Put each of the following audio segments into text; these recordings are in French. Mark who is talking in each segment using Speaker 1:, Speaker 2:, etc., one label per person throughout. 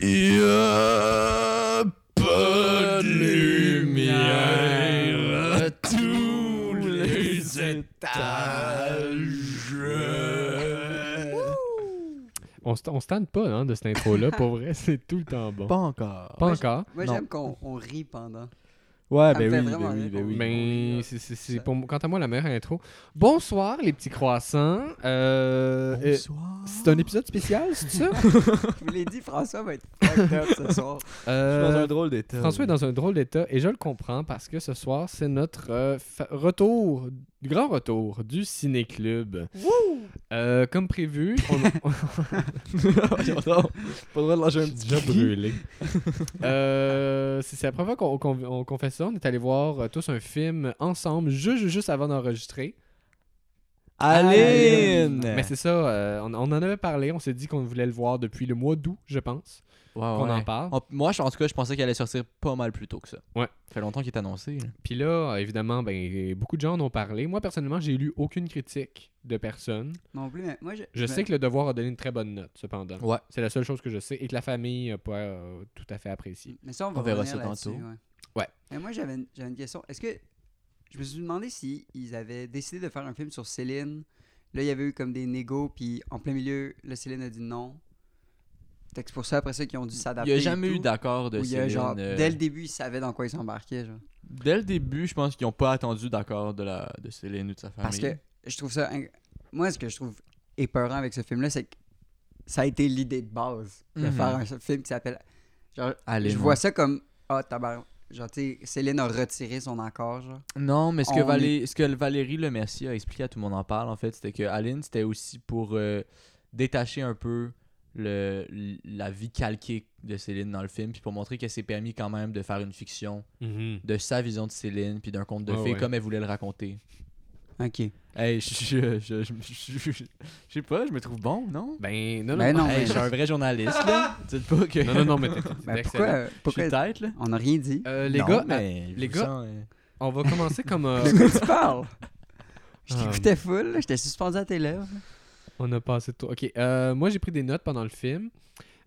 Speaker 1: Il a pas de lumière à tous les étages.
Speaker 2: On se on se tente pas hein, de cette intro-là. Pour vrai, c'est tout le temps bon.
Speaker 3: Pas encore.
Speaker 2: Pas encore.
Speaker 4: Moi,
Speaker 3: Non.
Speaker 4: j'aime qu'on on rit pendant.
Speaker 3: Ouais,
Speaker 4: Ça
Speaker 3: ben
Speaker 4: me fait
Speaker 3: oui,
Speaker 4: vraiment
Speaker 3: ben oui,
Speaker 4: rire
Speaker 3: ben
Speaker 4: qu'on-
Speaker 3: oui.
Speaker 2: Mais c'est- c'est c'est pour moi- quant à moi la meilleure intro. Bonsoir les petits croissants. Euh, euh,
Speaker 3: Bonsoir.
Speaker 2: c'est un épisode spécial, c'est ça?
Speaker 4: Je vous l'ai dit, François va être fucked up ce soir.
Speaker 3: Je suis dans un
Speaker 2: Euh,
Speaker 3: drôle d'état.
Speaker 2: François est dans un drôle d'état et je le comprends parce que ce soir, c'est notre euh, fa- retour, grand retour du Ciné-Club. Euh, comme prévu, on,
Speaker 3: Voyons donc. Pas le droit de lâcher un petit cri.
Speaker 2: Euh, c'est c'est la première fois qu'on qu'on- on- qu'on fait ça. On est allé voir euh, tous un film ensemble, juste, juste- juste avant d'enregistrer.
Speaker 3: Aline!
Speaker 2: Mais c'est ça, euh, on, on en avait parlé. On s'est dit qu'on voulait le voir depuis le mois d'août, je pense.
Speaker 3: Ouais,
Speaker 2: Qu'on
Speaker 3: ouais.
Speaker 2: en parle.
Speaker 3: On- moi, je- en tout cas, je pensais qu'il allait sortir pas mal plus tôt que ça.
Speaker 2: Ouais.
Speaker 3: Ça fait longtemps qu'il est annoncé. là.
Speaker 2: Puis là, euh, évidemment, ben, beaucoup de gens en ont parlé. Moi, personnellement, j'ai lu aucune critique de personne.
Speaker 4: Non plus, mais moi, je.
Speaker 2: Je sais que le devoir a donné une très bonne note, cependant.
Speaker 3: Ouais.
Speaker 2: C'est la seule chose que je sais et que la famille n'a pas euh, tout à fait apprécié.
Speaker 4: Mais ça, on va
Speaker 3: On verra
Speaker 4: revenir
Speaker 3: ça
Speaker 4: là-dessus,
Speaker 3: tantôt.
Speaker 4: Ouais.
Speaker 2: Ouais.
Speaker 4: Mais moi, j'avais une, j'avais une question. Est-ce que. Je me suis demandé s'ils ils avaient décidé de faire un film sur Céline. Là, il y avait eu comme des négos, puis en plein milieu, là, Céline a dit non. Fait que c'est pour ça, après ça, qu'ils ont dû
Speaker 3: Il
Speaker 4: s'adapter.
Speaker 3: n'y a
Speaker 4: et
Speaker 3: jamais eu
Speaker 4: tout.
Speaker 3: d'accord de
Speaker 4: Ou il y a
Speaker 3: Céline,
Speaker 4: genre,
Speaker 3: euh,
Speaker 4: Dès le début, ils savaient dans quoi ils s'embarquaient. Genre.
Speaker 3: dès le début, je pense qu'ils n'ont pas attendu d'accord de, la... de Céline ou de sa famille.
Speaker 4: Parce que je trouve ça. inc- Moi, ce que je trouve épeurant avec ce film-là, c'est que ça a été l'idée de base de
Speaker 3: Mhm.
Speaker 4: faire un film qui s'appelle. Genre,
Speaker 3: Aline.
Speaker 4: je vois ça comme. Ah, tabarnak. Genre, tu sais, Céline a retiré son accord, genre.
Speaker 3: Non, mais ce que,
Speaker 4: On
Speaker 3: Valé- ce que le Valérie Le Mercier a expliqué à tout le monde en parle, en fait, c'était que Aline, c'était aussi pour euh, détacher un peu le, l- la vie calquée de Céline dans le film, puis pour montrer qu'elle s'est permis quand même de faire une fiction de sa vision de Céline, puis d'un conte de
Speaker 2: Ouais,
Speaker 3: fées
Speaker 2: ouais.
Speaker 3: comme elle voulait le raconter.
Speaker 4: Ok.
Speaker 3: Hey, je, je, je, je- je- je- je sais pas, je me trouve bon, non?
Speaker 2: Ben, non, non,
Speaker 4: Ben non,
Speaker 3: Hey,
Speaker 4: mais-
Speaker 3: je suis un vrai journaliste, là. Dites pas que.
Speaker 2: non, non, non, mais t'es- t'es- t'es
Speaker 4: Ben,
Speaker 2: excellent.
Speaker 4: pourquoi,
Speaker 3: Je suis
Speaker 4: pourquoi
Speaker 3: tête, là.
Speaker 4: on n'a rien dit
Speaker 2: Euh, les
Speaker 3: Non,
Speaker 2: gars,
Speaker 3: mais je
Speaker 2: les
Speaker 3: vous
Speaker 2: gars-
Speaker 3: sens, euh,
Speaker 2: à- on va commencer comme. euh,
Speaker 4: De quoi tu parles Je
Speaker 2: Ah.
Speaker 4: t'écoutais full, là, j'étais suspendu à tes lèvres.
Speaker 2: On a passé tout. Ok, euh, moi j'ai pris des notes pendant le film.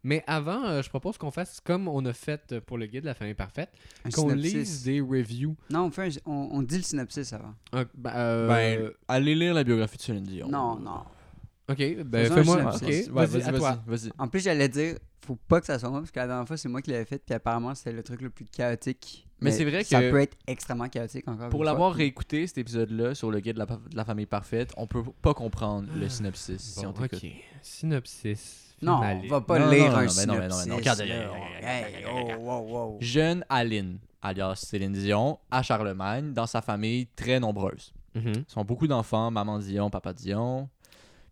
Speaker 2: Mais avant, euh, je propose qu'on fasse comme on a fait pour le guide de la fin imparfaite,
Speaker 4: Un
Speaker 2: qu'on
Speaker 4: synopsis.
Speaker 2: lise des reviews.
Speaker 4: Non, on, fait un- on, on dit le synopsis avant.
Speaker 2: Ah, ben, euh,
Speaker 3: Ben, allez lire la biographie de Céline Dion.
Speaker 4: Non, non.
Speaker 2: ok, ben
Speaker 4: faisons un
Speaker 2: fais-moi. Ok,
Speaker 4: synopsis.
Speaker 3: Ouais,
Speaker 2: vas-y, à toi.
Speaker 3: vas-y.
Speaker 4: En plus, j'allais dire, faut pas que ça soit moi, parce que la dernière fois, c'est moi qui l'avais fait, puis apparemment, c'était le truc le plus chaotique.
Speaker 3: Mais c'est vrai
Speaker 4: Ça
Speaker 3: que-
Speaker 4: peut être extrêmement chaotique encore.
Speaker 3: Pour
Speaker 4: une
Speaker 3: l'avoir
Speaker 4: fois.
Speaker 3: réécouté, cet épisode-là, sur le guide de la, pa- de la famille parfaite, on peut pas comprendre le synopsis si
Speaker 2: Ah. Bon,
Speaker 3: on t'écoute.
Speaker 2: ok, synopsis.
Speaker 4: Non,
Speaker 2: Finale.
Speaker 4: on va pas
Speaker 3: Non,
Speaker 4: lire
Speaker 3: non,
Speaker 4: un
Speaker 3: non, mais non, mais non, mais non.
Speaker 4: synopsis.
Speaker 3: Regarde,
Speaker 4: là.
Speaker 3: regarde,
Speaker 4: Hey, oh, wow, wow.
Speaker 3: Jeune Aline, alias Céline Dion, à Charlemagne, dans sa famille très nombreuse.
Speaker 2: Mhm.
Speaker 3: Ils sont beaucoup d'enfants, maman Dion, papa Dion.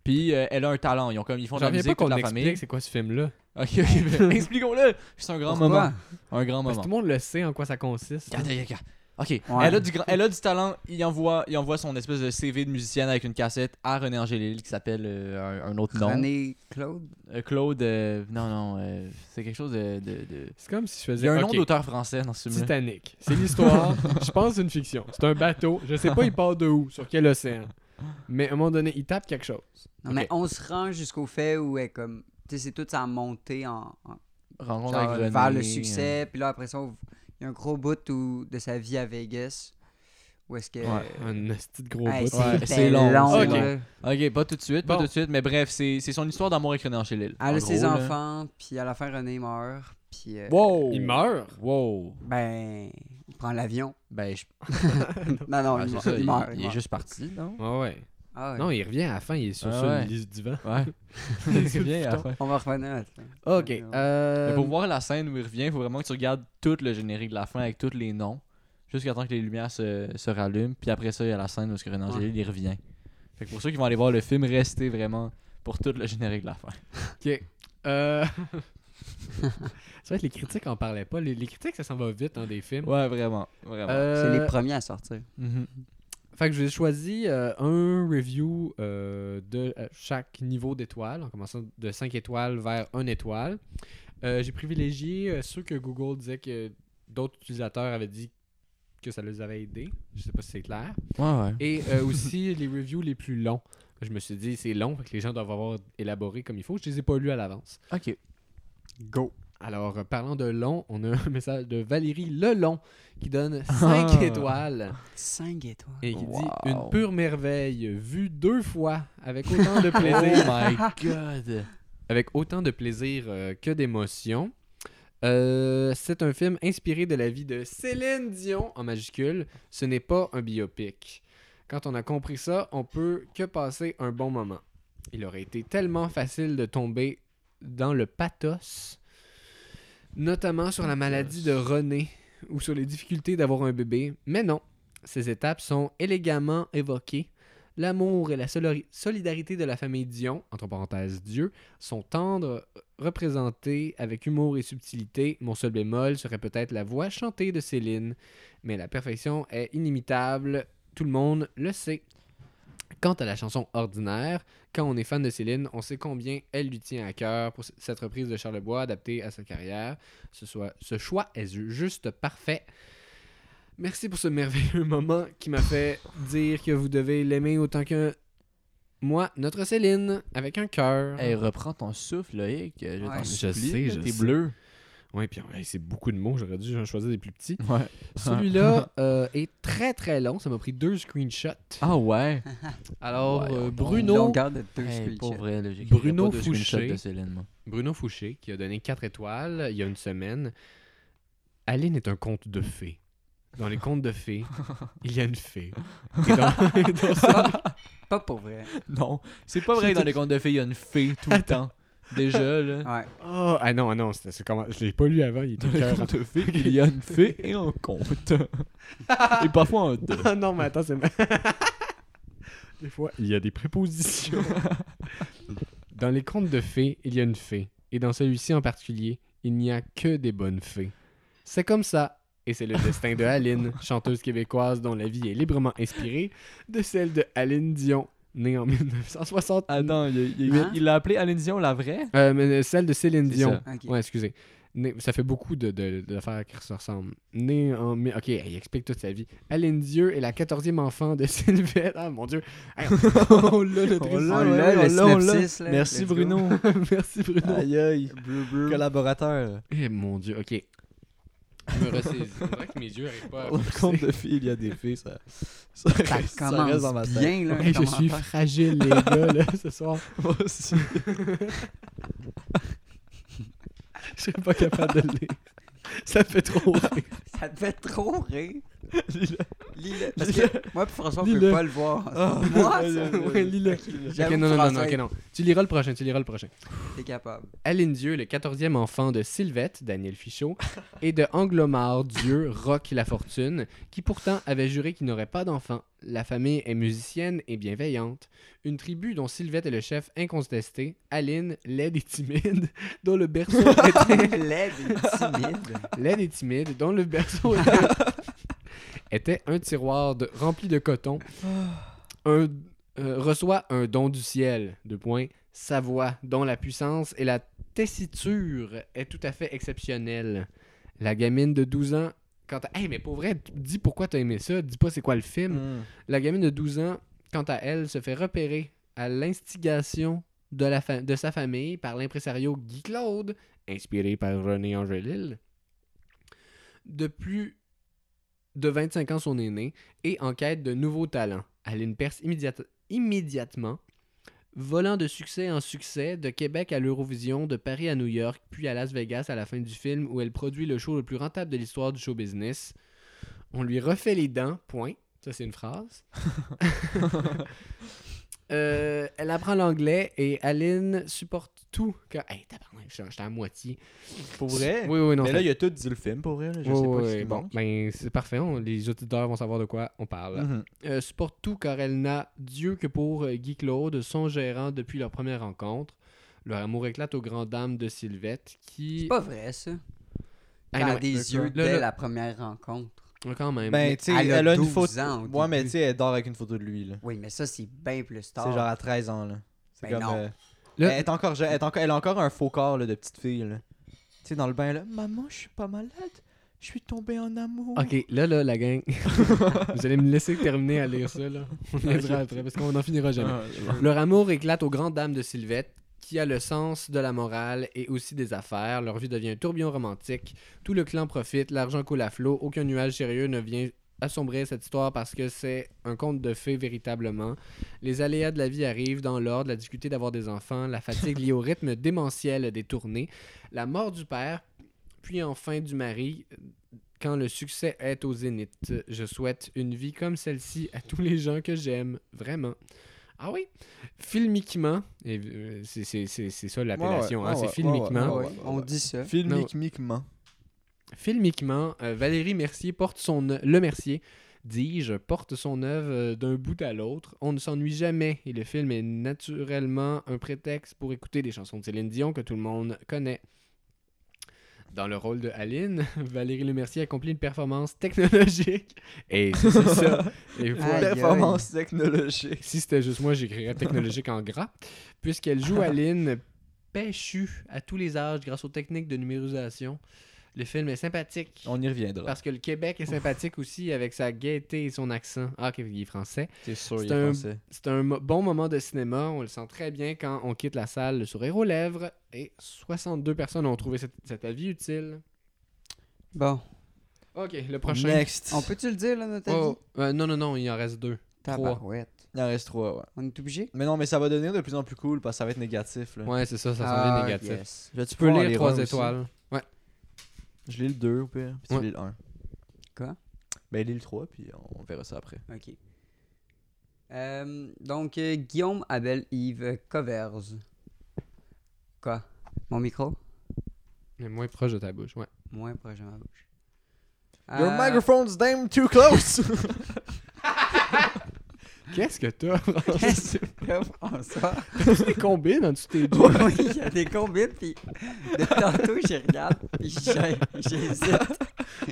Speaker 3: Puis euh, elle a un talent, ils ont comme ils font de
Speaker 2: J'en
Speaker 3: la
Speaker 2: reviens pas
Speaker 3: musique
Speaker 2: qu'on
Speaker 3: toute la
Speaker 2: explique
Speaker 3: famille.
Speaker 2: c'est quoi ce film-là.
Speaker 3: Ok, ok, ben, expliquons-le. C'est un grand
Speaker 4: Pourquoi?
Speaker 3: moment, un grand moment.
Speaker 2: Parce que tout le monde le sait en quoi ça consiste.
Speaker 3: Regarde, regarde, regarde. Ok, elle, a du grand- elle a du talent. Il envoie, il envoie son espèce de CV de musicienne avec une cassette à René Angélil qui s'appelle euh, un, un autre nom.
Speaker 4: René Claude.
Speaker 3: Euh, Claude, euh, non, non, euh, c'est quelque chose de, de- de-
Speaker 2: C'est comme si je
Speaker 3: Il
Speaker 2: faisais.
Speaker 3: y a un
Speaker 2: ok,
Speaker 3: nom d'auteur français dans ce film-là.
Speaker 2: Titanic. C'est l'histoire. je pense c'est une fiction. C'est un bateau. Je sais pas il part de où, sur quel océan. Mais à un moment donné, il tape quelque chose.
Speaker 4: Non,
Speaker 2: Ok.
Speaker 4: mais on se rend jusqu'au fait où elle est comme. Tu sais, c'est toute sa montée en, en-
Speaker 3: Rencontre
Speaker 4: genre,
Speaker 3: avec René,
Speaker 4: vers le
Speaker 3: euh,
Speaker 4: succès. Puis là, après ça, on- il y a un gros bout où- de sa vie à Vegas. Où est-ce que.
Speaker 3: Ouais.
Speaker 2: Euh, Un petit gros
Speaker 4: Hey,
Speaker 2: bout.
Speaker 4: c'était
Speaker 3: Ouais, c'est long,
Speaker 4: long,
Speaker 2: c'est
Speaker 4: là.
Speaker 3: Ok, pas tout de suite, pas
Speaker 2: Bon.
Speaker 3: tout de suite, mais bref, c'est c'est son histoire d'amour avec René Angélil.
Speaker 4: Elle
Speaker 3: en
Speaker 4: a ses
Speaker 3: gros, là.
Speaker 4: enfants, puis à la fin, René meurt. Puis. euh,
Speaker 3: Wow!
Speaker 2: Il meurt.
Speaker 3: Wow!
Speaker 4: Ben, il prend l'avion.
Speaker 3: Ben, je...
Speaker 4: Non, non,
Speaker 3: ah,
Speaker 4: il,
Speaker 3: c'est
Speaker 4: meurt,
Speaker 3: ça,
Speaker 4: il
Speaker 3: il,
Speaker 4: meurt. il
Speaker 3: il est
Speaker 4: meurt.
Speaker 3: juste parti, non?
Speaker 2: Ouais, ouais.
Speaker 4: Ah ouais.
Speaker 2: Non, il revient à la fin, il est sur,
Speaker 3: Ah
Speaker 2: sur le
Speaker 3: ouais.
Speaker 2: lit du divan.
Speaker 3: Ouais.
Speaker 2: C'est
Speaker 3: c'est bien, à la
Speaker 2: putain.
Speaker 3: fin.
Speaker 4: On va revenir là-dessus.
Speaker 2: Ok.
Speaker 4: Ouais, ouais.
Speaker 2: euh,
Speaker 3: Mais pour voir la scène où il revient, il faut vraiment que tu regardes tout le générique de la fin avec tous les noms, jusqu'à temps que les lumières se, se rallument. Puis après ça, il y a la scène où est-ce que René Angélil il revient. Fait que pour ceux qui vont aller voir le film, restez vraiment pour tout le générique de la fin.
Speaker 2: Ok. Euh, C'est vrai que les critiques en parlaient pas. Les, les critiques, ça s'en va vite dans des films.
Speaker 3: Ouais, vraiment. vraiment.
Speaker 2: Euh,
Speaker 4: C'est les premiers à sortir.
Speaker 3: Mhm.
Speaker 2: Fait que j'ai choisi euh, un review euh, de euh, chaque niveau d'étoile, en commençant de 5 étoiles vers 1 étoile. Euh, j'ai privilégié euh, ceux que Google disait que d'autres utilisateurs avaient dit que ça les avait aidés. Je sais pas si c'est clair.
Speaker 3: Ouais, ouais.
Speaker 2: Et euh, aussi les reviews les plus longs. Je me suis dit, c'est long, fait que les gens doivent avoir élaboré comme il faut. Je les ai pas lus à l'avance.
Speaker 3: Ok.
Speaker 2: Go. Alors, euh, parlant de long, on a un message de Valérie Lelon qui donne 5
Speaker 3: Ah.
Speaker 2: étoiles
Speaker 4: 5 étoiles.
Speaker 2: et qui
Speaker 3: Wow.
Speaker 2: dit Une pure merveille, vue deux fois, avec autant de
Speaker 3: Oh
Speaker 2: plaisir.
Speaker 3: my god.
Speaker 2: avec autant de plaisir euh, que d'émotion. Euh, c'est un film inspiré de la vie de Céline Dion en majuscule. Ce n'est pas un biopic. Quand on a compris ça, on peut que passer un bon moment. Il aurait été tellement facile de tomber dans le pathos, notamment sur la maladie de René ou sur les difficultés d'avoir un bébé. Mais non, ces étapes sont élégamment évoquées. L'amour et la solori- solidarité de la famille Dion, entre parenthèses Dieu, sont tendres, représentés avec humour et subtilité. Mon seul bémol serait peut-être la voix chantée de Céline, mais la perfection est inimitable, tout le monde le sait. Quant à la chanson Ordinaire, quand on est fan de Céline, on sait combien elle lui tient à cœur pour c- cette reprise de Charlebois adaptée à sa carrière. Ce, soit- ce choix est ju- juste parfait. Merci pour ce merveilleux moment qui m'a fait dire que vous devez l'aimer autant que moi, notre Céline, avec un cœur.
Speaker 3: Hey, reprends ton souffle, Loïc. Euh, Je,
Speaker 4: Ouais.
Speaker 3: t'en
Speaker 4: Je
Speaker 3: supplie,
Speaker 2: sais,
Speaker 3: là,
Speaker 2: je
Speaker 3: T'es
Speaker 2: sais.
Speaker 3: bleu.
Speaker 2: Oui, puis ouais, c'est beaucoup de mots, j'aurais dû en choisir des plus petits.
Speaker 3: Ouais.
Speaker 2: Celui-là euh, est très très long, ça m'a pris deux screenshots.
Speaker 3: Ah ouais.
Speaker 2: Alors,
Speaker 3: Ouais,
Speaker 2: euh,
Speaker 3: on-
Speaker 4: Une
Speaker 2: Bruno,
Speaker 4: longueur de deux
Speaker 3: Hey,
Speaker 4: screenshots.
Speaker 3: pour vrai, là, j'ai
Speaker 2: Bruno
Speaker 3: pas de screenshot
Speaker 2: Fouché.
Speaker 3: de Céline, moi.
Speaker 2: Bruno Fouché, qui a donné 4 étoiles il y a une semaine. Aline est un conte de fées. Dans les contes de fées, il y a une fée. Et dans- et dans ça-
Speaker 4: Pas pour vrai.
Speaker 3: Non, c'est pas vrai que dans les contes de fées, il y a une fée tout le temps. Déjà, là.
Speaker 4: Ouais.
Speaker 2: Oh, ah non, ah non, c'était- c'est comment... je l'ai pas lu avant, il était
Speaker 3: Dans les
Speaker 2: cœur.
Speaker 3: contes de fées, il y a une fée et un conte. et parfois un deux.
Speaker 2: Ah non, mais attends, c'est. des fois, il y a des prépositions. dans les contes de fées, il y a une fée. Et dans celui-ci en particulier, il n'y a que des bonnes fées. C'est comme ça. Et c'est le destin de Aline, chanteuse québécoise dont la vie est librement inspirée de celle de Aline Dion, née en 1960.
Speaker 3: Ah non, il, il-
Speaker 4: Hein?
Speaker 3: il l'a appelée Aline Dion la vraie?
Speaker 2: Euh, mais, euh, celle de Céline
Speaker 3: C'est
Speaker 2: Dion.
Speaker 3: ça.
Speaker 4: Ok.
Speaker 2: Ouais, excusez. Né- ça fait beaucoup de, de, d'affaires qui se ressemblent. Né en. mai- Ok, elle explique toute sa vie. Aline Dieu est la 14e enfant de Sylvette. Ah mon dieu. Hey, on l'a, le
Speaker 3: On
Speaker 2: triste.
Speaker 3: l'a,
Speaker 4: On
Speaker 3: ouais,
Speaker 4: l'a,
Speaker 3: on
Speaker 4: Ah le
Speaker 3: l'a, on l'a.
Speaker 4: synopsis, là.
Speaker 3: Merci
Speaker 4: Let's go.
Speaker 3: Bruno.
Speaker 2: Merci Bruno.
Speaker 3: Aïe aïe.
Speaker 4: Bleu, bleu.
Speaker 3: Collaborateur.
Speaker 2: Ah, Eh mon dieu, ok. Je me ressaisis. On dirait que mes yeux n'arrivent pas à
Speaker 3: Dans le
Speaker 2: focuser.
Speaker 3: conte de fées, il y a des fées, ça. Ça,
Speaker 4: Ça
Speaker 3: reste- ça reste dans ma
Speaker 4: commence
Speaker 3: tête.
Speaker 4: bien, là.
Speaker 2: Hey, je
Speaker 4: comment
Speaker 2: suis
Speaker 4: faire.
Speaker 2: fragile, les gars, là, ce soir.
Speaker 3: Moi aussi.
Speaker 2: Je suis pas capable de le lire. Ça fait trop rire.
Speaker 4: Ça te fait trop rire. Lis-le. Parce
Speaker 3: Lis-le.
Speaker 4: que moi, puis François, on
Speaker 2: Lis-le.
Speaker 4: peut pas le voir.
Speaker 3: Ah.
Speaker 4: Moi, ça,
Speaker 3: Lis-le.
Speaker 2: Ouais, lis-le. Ok,
Speaker 4: J'avoue,
Speaker 2: non, non, non, non, ok,
Speaker 4: François,
Speaker 2: non. Tu liras le prochain, tu liras le prochain.
Speaker 4: t'es capable.
Speaker 2: Aline Dieu, le 14e enfant de Sylvette, Daniel Fichot, et de Anglomar Dieu, Rock La Fortune, qui pourtant avait juré qu'il n'aurait pas d'enfant. La famille est musicienne et bienveillante. Une tribu dont Sylvette est le chef incontesté, Aline, laide et timide, dont le berceau était...
Speaker 4: Laide et timide.
Speaker 2: Laide et timide, dont le berceau était, était un tiroir de- rempli de coton, un- euh, reçoit un don du ciel, deux points, sa voix, dont la puissance et la tessiture est tout à fait exceptionnelle. La gamine de 12 ans, quant à... Hey, mais pour vrai, t- dis pourquoi t'as aimé ça, dis pas c'est quoi le film.
Speaker 3: Hmm.
Speaker 2: La gamine de 12 ans, quant à elle, se fait repérer à l'instigation de, la fa- de sa famille par l'impresario Guy Claude, inspiré par René Angelil. De plus de 25 ans, son aîné, et en quête de nouveaux talents. Aline perce immédiate- immédiatement, volant de succès en succès, de Québec à l'Eurovision, de Paris à New York, puis à Las Vegas à la fin du film où elle produit le show le plus rentable de l'histoire du show business. On lui refait les dents, point. Ça, c'est une phrase. Euh, elle apprend l'anglais et Aline supporte tout. Quand... Hey, tabarnak, j'étais j'étais à moitié.
Speaker 3: Pour vrai?
Speaker 2: Oui, oui, non.
Speaker 3: Eh, Mais
Speaker 2: ça-
Speaker 3: là, il a tout dit le film pour vrai. là. Je
Speaker 2: Ouais,
Speaker 3: sais
Speaker 2: ouais,
Speaker 3: pas
Speaker 2: ouais,
Speaker 3: si
Speaker 2: bon, ben, c'est parfait. on- les auditeurs vont savoir de quoi on parle.
Speaker 3: Mhm.
Speaker 2: Euh, supporte tout car elle n'a Dieu que pour euh, Guy Claude, son gérant depuis leur première rencontre. Leur amour éclate aux grandes dames de Sylvette qui.
Speaker 4: C'est pas vrai, ça.
Speaker 2: Ah,
Speaker 4: Elle a
Speaker 2: non,
Speaker 4: des yeux
Speaker 2: Là,
Speaker 4: dès
Speaker 2: là.
Speaker 4: la première rencontre.
Speaker 2: ouais, Quand même.
Speaker 3: Ben, tu sais, elle,
Speaker 4: elle a
Speaker 3: a une
Speaker 4: 12
Speaker 3: photo.
Speaker 4: ans au
Speaker 3: ouais, mais
Speaker 4: début.
Speaker 3: tu sais, elle dort avec une photo de lui, là.
Speaker 4: Oui, mais ça, c'est bien plus
Speaker 3: C'est
Speaker 4: tard.
Speaker 3: genre à 13 ans, là. C'est
Speaker 4: Ben
Speaker 3: comme.
Speaker 4: non.
Speaker 3: euh,
Speaker 2: Là-
Speaker 3: Elle, est encore, jeune, elle, est encore, elle a encore un faux corps, là, de petite fille, là. Tu sais, dans le bain, là. Maman, je suis pas malade. Je suis tombée en amour.
Speaker 2: Ok, là, là, la gang. Vous allez me laisser terminer à lire ça, là. On y reviendra après, parce qu'on n'en finira jamais.
Speaker 3: Ah,
Speaker 2: Leur amour éclate aux grandes dames de Sylvette qui a le sens de la morale et aussi des affaires. Leur vie devient un tourbillon romantique. Tout le clan profite, l'argent coule à flot. Aucun nuage sérieux ne vient assombrer cette histoire parce que c'est un conte de fées véritablement. Les aléas de la vie arrivent dans l'ordre, la difficulté d'avoir des enfants, la fatigue liée au rythme démentiel des tournées, la mort du père, puis enfin du mari quand le succès est au zénith. Je souhaite une vie comme celle-ci à tous les gens que j'aime, vraiment. Ah oui, filmiquement, et, euh, c'est- c'est c'est- c'est ça l'appellation,
Speaker 3: ouais,
Speaker 2: hein,
Speaker 3: ouais,
Speaker 2: c'est
Speaker 3: ouais,
Speaker 2: filmiquement.
Speaker 3: ouais, ouais.
Speaker 4: On dit ça.
Speaker 3: Filmiquement.
Speaker 2: Filmiquement, euh, Valérie Mercier porte son œ- le Mercier, dis-je, porte son œuvre euh, d'un bout à l'autre. On ne s'ennuie jamais et le film est naturellement un prétexte pour écouter des chansons de Céline Dion que tout le monde connaît. Dans le rôle de Aline, Valérie Lemercier accomplit une performance technologique. Et c'est ça. Et voilà.
Speaker 4: Aïe,
Speaker 3: Performance technologique.
Speaker 2: Si c'était juste moi, j'écrirais technologique en gras. Puisqu'elle joue Aline pêchue à tous les âges grâce aux techniques de numérisation. Le film est sympathique.
Speaker 3: On y reviendra.
Speaker 2: Parce que le Québec est sympathique aussi avec sa gaieté et son accent. Ah, ok, il est français.
Speaker 3: C'est sûr,
Speaker 2: il est français. C'est un mo- bon moment de cinéma. On le sent très bien quand on quitte la salle, le sourire aux lèvres. Et 62 personnes ont trouvé cet, cet avis utile.
Speaker 4: Bon,
Speaker 2: Ok, le prochain.
Speaker 3: Next.
Speaker 4: on peut-tu le dire, là, notre avis?
Speaker 2: Oh, euh, non, non, non, il en reste deux.
Speaker 4: Tabarouette.
Speaker 3: Il en reste trois, ouais.
Speaker 4: On est obligé?
Speaker 3: Mais non, mais ça va devenir de plus en plus cool parce que ça va être négatif. Là.
Speaker 2: Ouais, c'est ça, ça sent
Speaker 4: Ah,
Speaker 2: bien négatif.
Speaker 4: yes.
Speaker 3: Là, tu
Speaker 2: Tu peux
Speaker 3: pouvoir en
Speaker 2: lire
Speaker 3: lire un
Speaker 2: trois
Speaker 3: aussi.
Speaker 2: étoiles. Ouais.
Speaker 3: Je lis le 2 au pire, puis
Speaker 2: Ouais.
Speaker 3: tu lis le 1.
Speaker 4: Quoi?
Speaker 3: Ben, lis le 3, puis on verra ça après.
Speaker 4: OK. Euh, donc, euh, Guillaume Abel Yves Covers. Quoi? Mon micro?
Speaker 2: Mais moins proche de ta bouche, ouais.
Speaker 4: Moins proche de ma bouche.
Speaker 2: Ah.
Speaker 3: Your
Speaker 4: Euh,
Speaker 3: microphone's damn too close!
Speaker 2: Qu'est-ce que t'as?
Speaker 4: Qu'est-ce que t'as, François?
Speaker 2: des combines en dessous de tes doigts.
Speaker 4: Oui, il y a des combines, puis de tantôt, je regarde, puis j'ai- j'hésite.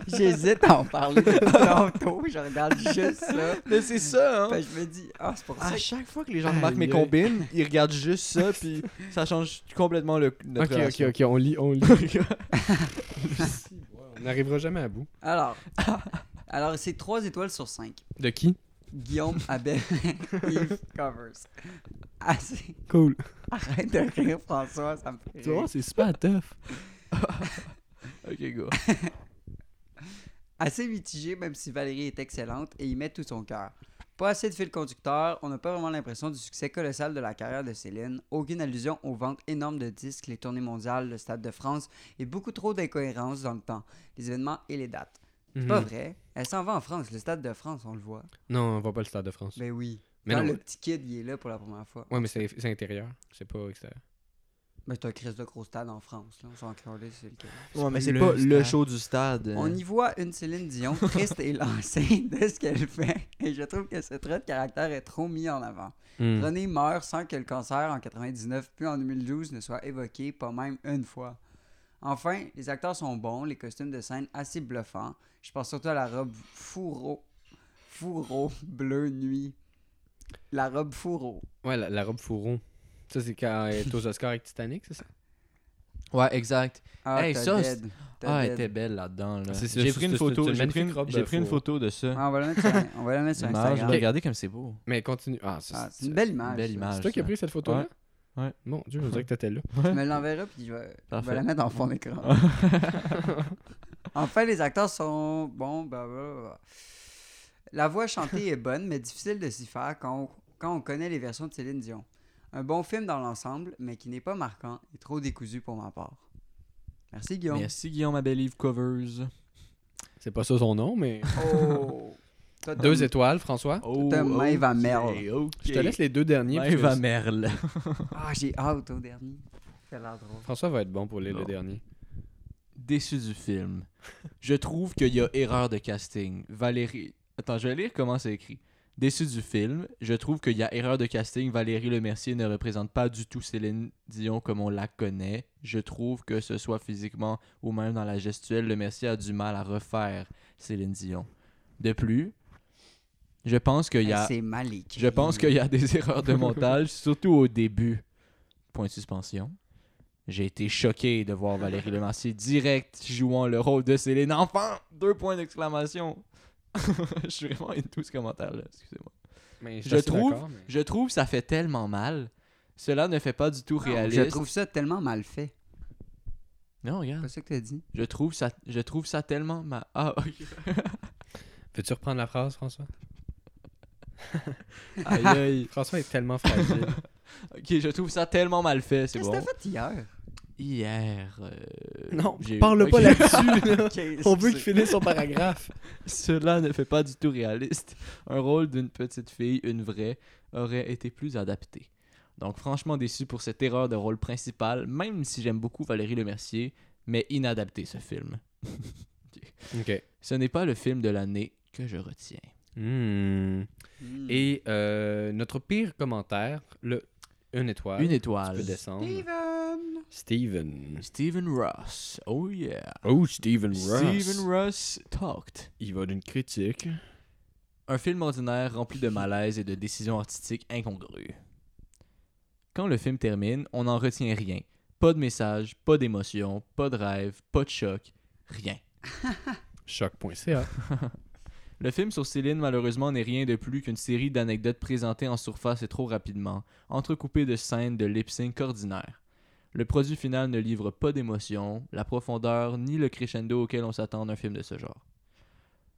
Speaker 4: J'hésite à en parler depuis tantôt, je regarde juste ça.
Speaker 3: mais c'est ça,
Speaker 4: Fait
Speaker 3: hein!
Speaker 4: que je me dis, ah, c'est pour ça.
Speaker 3: À
Speaker 4: que-
Speaker 3: chaque fois que les gens remarquent mes
Speaker 2: Aïe.
Speaker 3: combines, ils regardent juste ça, puis ça change complètement le, notre
Speaker 2: Ok, ok, ok, on lit, on lit. on n'arrivera jamais à bout.
Speaker 4: Alors, alors c'est 3 étoiles sur 5.
Speaker 2: De qui?
Speaker 4: Guillaume Abel Yves Covers. Assez.
Speaker 2: Cool.
Speaker 4: Arrête de rire, François, ça me fait
Speaker 2: Tu
Speaker 4: rire.
Speaker 2: vois, c'est super tough.
Speaker 3: Ok, go.
Speaker 4: Assez mitigé, même si Valérie est excellente et y met tout son cœur. Pas assez de fil conducteur, on n'a pas vraiment l'impression du succès colossal de la carrière de Céline, aucune allusion aux ventes énormes de disques, les tournées mondiales, le Stade de France et beaucoup trop d'incohérences dans le temps, les événements et les dates. C'est
Speaker 2: Mhm.
Speaker 3: Ah.
Speaker 2: Hmm.
Speaker 4: pas vrai, elle s'en va en France, le Stade de France, on le voit.
Speaker 2: Non, on voit pas le Stade de France.
Speaker 4: Ben oui.
Speaker 2: Mais
Speaker 4: Quand
Speaker 2: non.
Speaker 4: le petit kid, il est là pour la première fois.
Speaker 2: Ouais, mais c'est c'est intérieur, c'est pas extérieur.
Speaker 4: Mais c'est un crise de gros stade en France, là. On s'en calait, c'est le cas.
Speaker 3: Ouais, mais c'est
Speaker 2: le
Speaker 3: pas le
Speaker 2: stade.
Speaker 3: show du stade.
Speaker 2: Euh.
Speaker 4: On y voit une Céline Dion triste et lancée de ce qu'elle fait, et je trouve que ce trait de caractère est trop mis en avant.
Speaker 3: Hmm. Mm.
Speaker 4: René meurt sans que le cancer en 99 puis en 2012 ne soit évoqué, pas même une fois. Enfin, les acteurs sont bons, les costumes de scène assez bluffants. Je pense surtout à la robe fourreau, fourreau bleu nuit. La robe fourreau.
Speaker 2: Ouais, la, la robe fourron. Ça, c'est quand elle est aux Oscars avec Titanic, c'est ça?
Speaker 3: Ouais, exact.
Speaker 4: Ah,
Speaker 3: Hey,
Speaker 4: t'as
Speaker 3: ça,
Speaker 4: dead. T'as
Speaker 3: Ah, elle
Speaker 4: dead.
Speaker 3: était belle là-dedans. Là.
Speaker 2: C'est- c'est-
Speaker 3: J'ai
Speaker 2: c'est-
Speaker 3: pris une
Speaker 2: c'est- c'est
Speaker 3: photo.
Speaker 2: une
Speaker 3: J'ai pris, une-
Speaker 2: magnifique robe
Speaker 3: j'ai
Speaker 2: de
Speaker 3: pris une
Speaker 2: four.
Speaker 3: photo de ça.
Speaker 4: Ah, on va la mettre sur, on va la mettre sur
Speaker 3: L'image,
Speaker 4: Instagram.
Speaker 3: regardez comme c'est beau.
Speaker 2: Mais continue. Ah, ça,
Speaker 4: Ah,
Speaker 2: c'est-
Speaker 4: c'est une belle image.
Speaker 3: Une belle
Speaker 4: ça.
Speaker 3: image.
Speaker 2: c'est toi qui as pris cette photo-là?
Speaker 3: Ouais. Ouais.
Speaker 2: Mon Dieu, je dirais que t'étais là.
Speaker 4: Tu me l'enverras, puis je vais, je vais
Speaker 3: Parfait.
Speaker 4: la mettre en fond d'écran. enfin, les acteurs sont bon, bah, La voix chantée est bonne, mais difficile de s'y faire quand on, quand on connaît les versions de Céline Dion. Un bon film dans l'ensemble, mais qui n'est pas marquant et trop décousu pour ma part. Merci, Guillaume.
Speaker 3: Merci Guillaume Abelive Covers.
Speaker 2: C'est pas ça son nom, mais.
Speaker 4: Oh. Toi, t'as-
Speaker 2: Deux étoiles, François.
Speaker 3: Oh,
Speaker 4: T'as Maeve à Merle.
Speaker 2: Je te laisse les deux derniers. parce que-
Speaker 3: Maeva Merle.
Speaker 4: Ah, j'ai hâte au dernier. Ça a l'air drôle.
Speaker 2: François va être bon pour les
Speaker 3: Bon.
Speaker 2: le dernier.
Speaker 3: Déçu du film. Je trouve qu'il y a erreur de casting. Valérie. Attends, je vais lire comment c'est écrit. Déçu du film, je trouve qu'il y a erreur de casting. Valérie Lemercier ne représente pas du tout Céline Dion comme on la connaît. Je trouve que ce soit physiquement ou même dans la gestuelle, Lemercier a du mal à refaire Céline Dion. De plus, je pense qu'il y a.
Speaker 4: C'est mal écrit.
Speaker 3: Je pense qu'il y a des erreurs de montage, surtout au début. Point de suspension. J'ai été choqué de voir Valérie Lemercier direct jouant le rôle de Céline Enfant. Deux points d'exclamation. Je suis vraiment into ce commentaire-là, excusez-moi.
Speaker 2: Mais
Speaker 3: Je
Speaker 2: suis assez
Speaker 3: trouve-
Speaker 2: d'accord, mais-
Speaker 3: Je trouve que ça fait tellement mal. Cela ne fait pas du tout réaliste.
Speaker 4: Je trouve ça tellement mal fait.
Speaker 3: Non,
Speaker 4: C'est
Speaker 3: regarde.
Speaker 4: pas ça que t'as dit.
Speaker 3: Je trouve ça, je trouve ça tellement ma. Ah, ok.
Speaker 2: Peux-tu reprendre la phrase, François
Speaker 3: Aïe, aïe.
Speaker 2: François est tellement fragile.
Speaker 3: Ok, je trouve ça tellement mal fait, c'est
Speaker 4: Qu'est-ce
Speaker 3: bon.
Speaker 4: que t'as fait hier?
Speaker 3: Hier. euh,
Speaker 2: non,
Speaker 3: j'ai eu-
Speaker 2: parle pas
Speaker 3: Ok.
Speaker 2: là-dessus. là.
Speaker 4: Qu'est-ce
Speaker 2: On
Speaker 4: que
Speaker 2: veut
Speaker 4: c'est?
Speaker 2: qu'il finisse son paragraphe.
Speaker 3: Cela ne fait pas du tout réaliste. Un rôle d'une petite fille, une vraie, aurait été plus adapté. Donc franchement déçu pour cette erreur de rôle principal, même si j'aime beaucoup Valérie Lemercier, mais inadapté ce film.
Speaker 2: Ok.
Speaker 3: Ce n'est pas le film de l'année que je retiens.
Speaker 4: Hmm.
Speaker 2: Et euh, notre pire commentaire, le une étoile.
Speaker 3: Une
Speaker 2: Tu
Speaker 3: étoile.
Speaker 2: peux descendre.
Speaker 4: Steven!
Speaker 2: Steven.
Speaker 3: Steven Ross. Oh yeah.
Speaker 2: Oh, Steven
Speaker 3: Steven Ross talked.
Speaker 2: Il va d'une critique.
Speaker 3: Un film ordinaire rempli de malaise et de décisions artistiques incongrues. Quand le film termine, on n'en retient rien. Pas de message, pas d'émotion, pas de rêve, pas de choc, rien.
Speaker 2: Choc.ca.
Speaker 3: Le film sur Céline, malheureusement, n'est rien de plus qu'une série d'anecdotes présentées en surface et trop rapidement, entrecoupées de scènes de lip-sync ordinaire. Le produit final ne livre pas d'émotion, la profondeur, ni le crescendo auquel on s'attend d'un film de ce genre.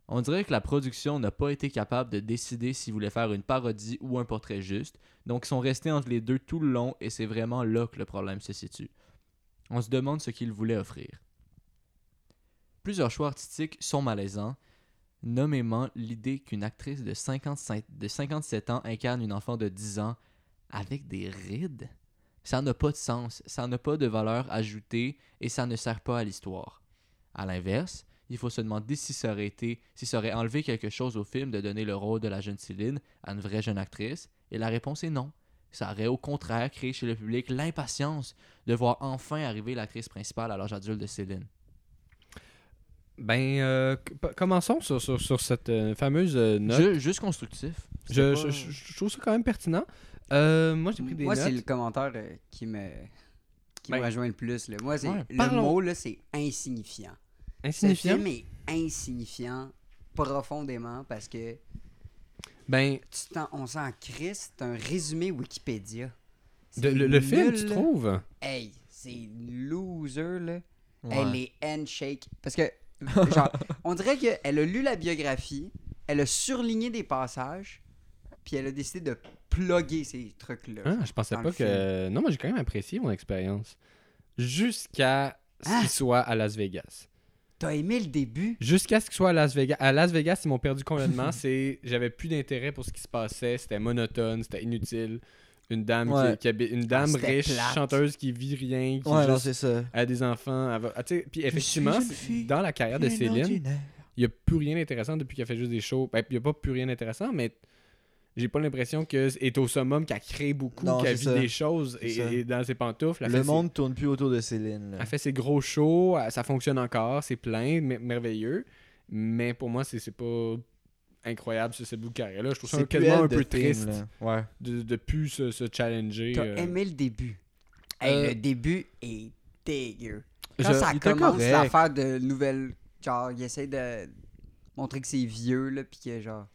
Speaker 3: On dirait que la production n'a pas été capable de décider s'ils voulaient faire une parodie ou un portrait juste, donc ils sont restés entre les deux tout le long et c'est vraiment là que le problème se situe. On se demande ce qu'ils voulaient offrir. Plusieurs choix artistiques sont malaisants, nommément l'idée qu'une actrice de, 55 de 57 ans incarne une enfant de 10 ans avec des rides. Ça n'a pas de sens, ça n'a pas de valeur ajoutée et ça ne sert pas à l'histoire. À l'inverse, il faut se demander si ça aurait été, si ça aurait enlevé quelque chose au film de donner le rôle de la jeune Céline à une vraie jeune actrice, et la réponse est non. Ça aurait au contraire créé chez le public l'impatience de voir enfin arriver l'actrice principale à l'âge adulte de Céline.
Speaker 2: Ben, euh, c- p- commençons sur, sur, sur cette euh, fameuse euh, note.
Speaker 3: Ju- juste constructif. C'était
Speaker 2: Je, je-
Speaker 3: pas-
Speaker 2: je- je trouve ça quand même pertinent. Euh, moi, j'ai pris des
Speaker 4: Moi, c'est le
Speaker 2: notes.
Speaker 4: commentaire euh, qui me qui
Speaker 2: Ben.
Speaker 4: me rejoint le plus. Là. Moi, c'est
Speaker 3: Ouais.
Speaker 4: le
Speaker 2: Parlons.
Speaker 4: mot, là, c'est insignifiant. Ce
Speaker 2: Insignifiant.
Speaker 4: film est insignifiant profondément parce que
Speaker 2: Ben,
Speaker 4: tu t'en- on s'en crisse, c'est un résumé Wikipédia. C'est
Speaker 2: de- le, le film,
Speaker 4: nul,
Speaker 2: tu
Speaker 4: là.
Speaker 2: trouves
Speaker 4: Hey, c'est loser, là.
Speaker 3: Ouais.
Speaker 4: Elle est handshake. Parce que, genre, on dirait qu'elle a lu la biographie, elle a surligné des passages, puis elle a décidé de plugger ces trucs-là.
Speaker 2: Hein, Je pensais
Speaker 4: Dans
Speaker 2: pas
Speaker 4: le
Speaker 2: que. Non, moi, j'ai quand même apprécié mon expérience. Jusqu'à ce
Speaker 4: Ah!
Speaker 2: qu'il soit à Las Vegas.
Speaker 4: T'as aimé le début?
Speaker 2: Jusqu'à ce qu'il soit à Las Vegas. À Las Vegas, ils m'ont perdu complètement. C'est, j'avais plus d'intérêt pour ce qui se passait. C'était monotone, c'était inutile. Une dame, qui-
Speaker 3: Ouais.
Speaker 2: qui, habi- une dame
Speaker 4: Ah, c'était
Speaker 2: riche,
Speaker 4: plate.
Speaker 2: chanteuse qui vit rien, qui
Speaker 3: Ouais, non,
Speaker 2: juste
Speaker 3: c'est ça.
Speaker 2: a des enfants. elle va- ah, tu sais, puis effectivement,
Speaker 3: suis une
Speaker 2: c'est-
Speaker 3: fille
Speaker 2: dans la carrière de Céline, il n'y a plus rien d'intéressant depuis qu'elle fait juste des shows. Ben, il n'y a pas plus rien d'intéressant, mais j'ai pas l'impression qu'elle est au summum, qu'elle crée beaucoup,
Speaker 5: Non,
Speaker 2: qu'elle
Speaker 5: c'est
Speaker 2: vit
Speaker 5: ça.
Speaker 2: des choses
Speaker 5: C'est ça.
Speaker 2: et, et dans ses pantoufles. elle
Speaker 5: Le
Speaker 2: fait ses-
Speaker 5: monde tourne plus autour de Céline. là.
Speaker 2: elle fait ses gros shows, elle- ça fonctionne encore, c'est plein, mer- merveilleux. Mais pour moi, c'est c'est pas incroyable ce, cette bout de carré-là. Je trouve ça
Speaker 5: C'est plus
Speaker 2: quasiment
Speaker 5: elle
Speaker 2: un
Speaker 5: de
Speaker 2: peu
Speaker 5: film,
Speaker 2: triste
Speaker 5: là. Ouais.
Speaker 2: de, de plus se, se challenger.
Speaker 4: T'as
Speaker 2: euh.
Speaker 4: aimé le début? Hey,
Speaker 2: Euh,
Speaker 4: le début est dégueu. Quand
Speaker 5: Je-
Speaker 4: ça
Speaker 5: il était
Speaker 4: commence,
Speaker 5: correct.
Speaker 4: l'affaire de nouvelle... Genre, il essaie de montrer que c'est vieux, là, puis que genre...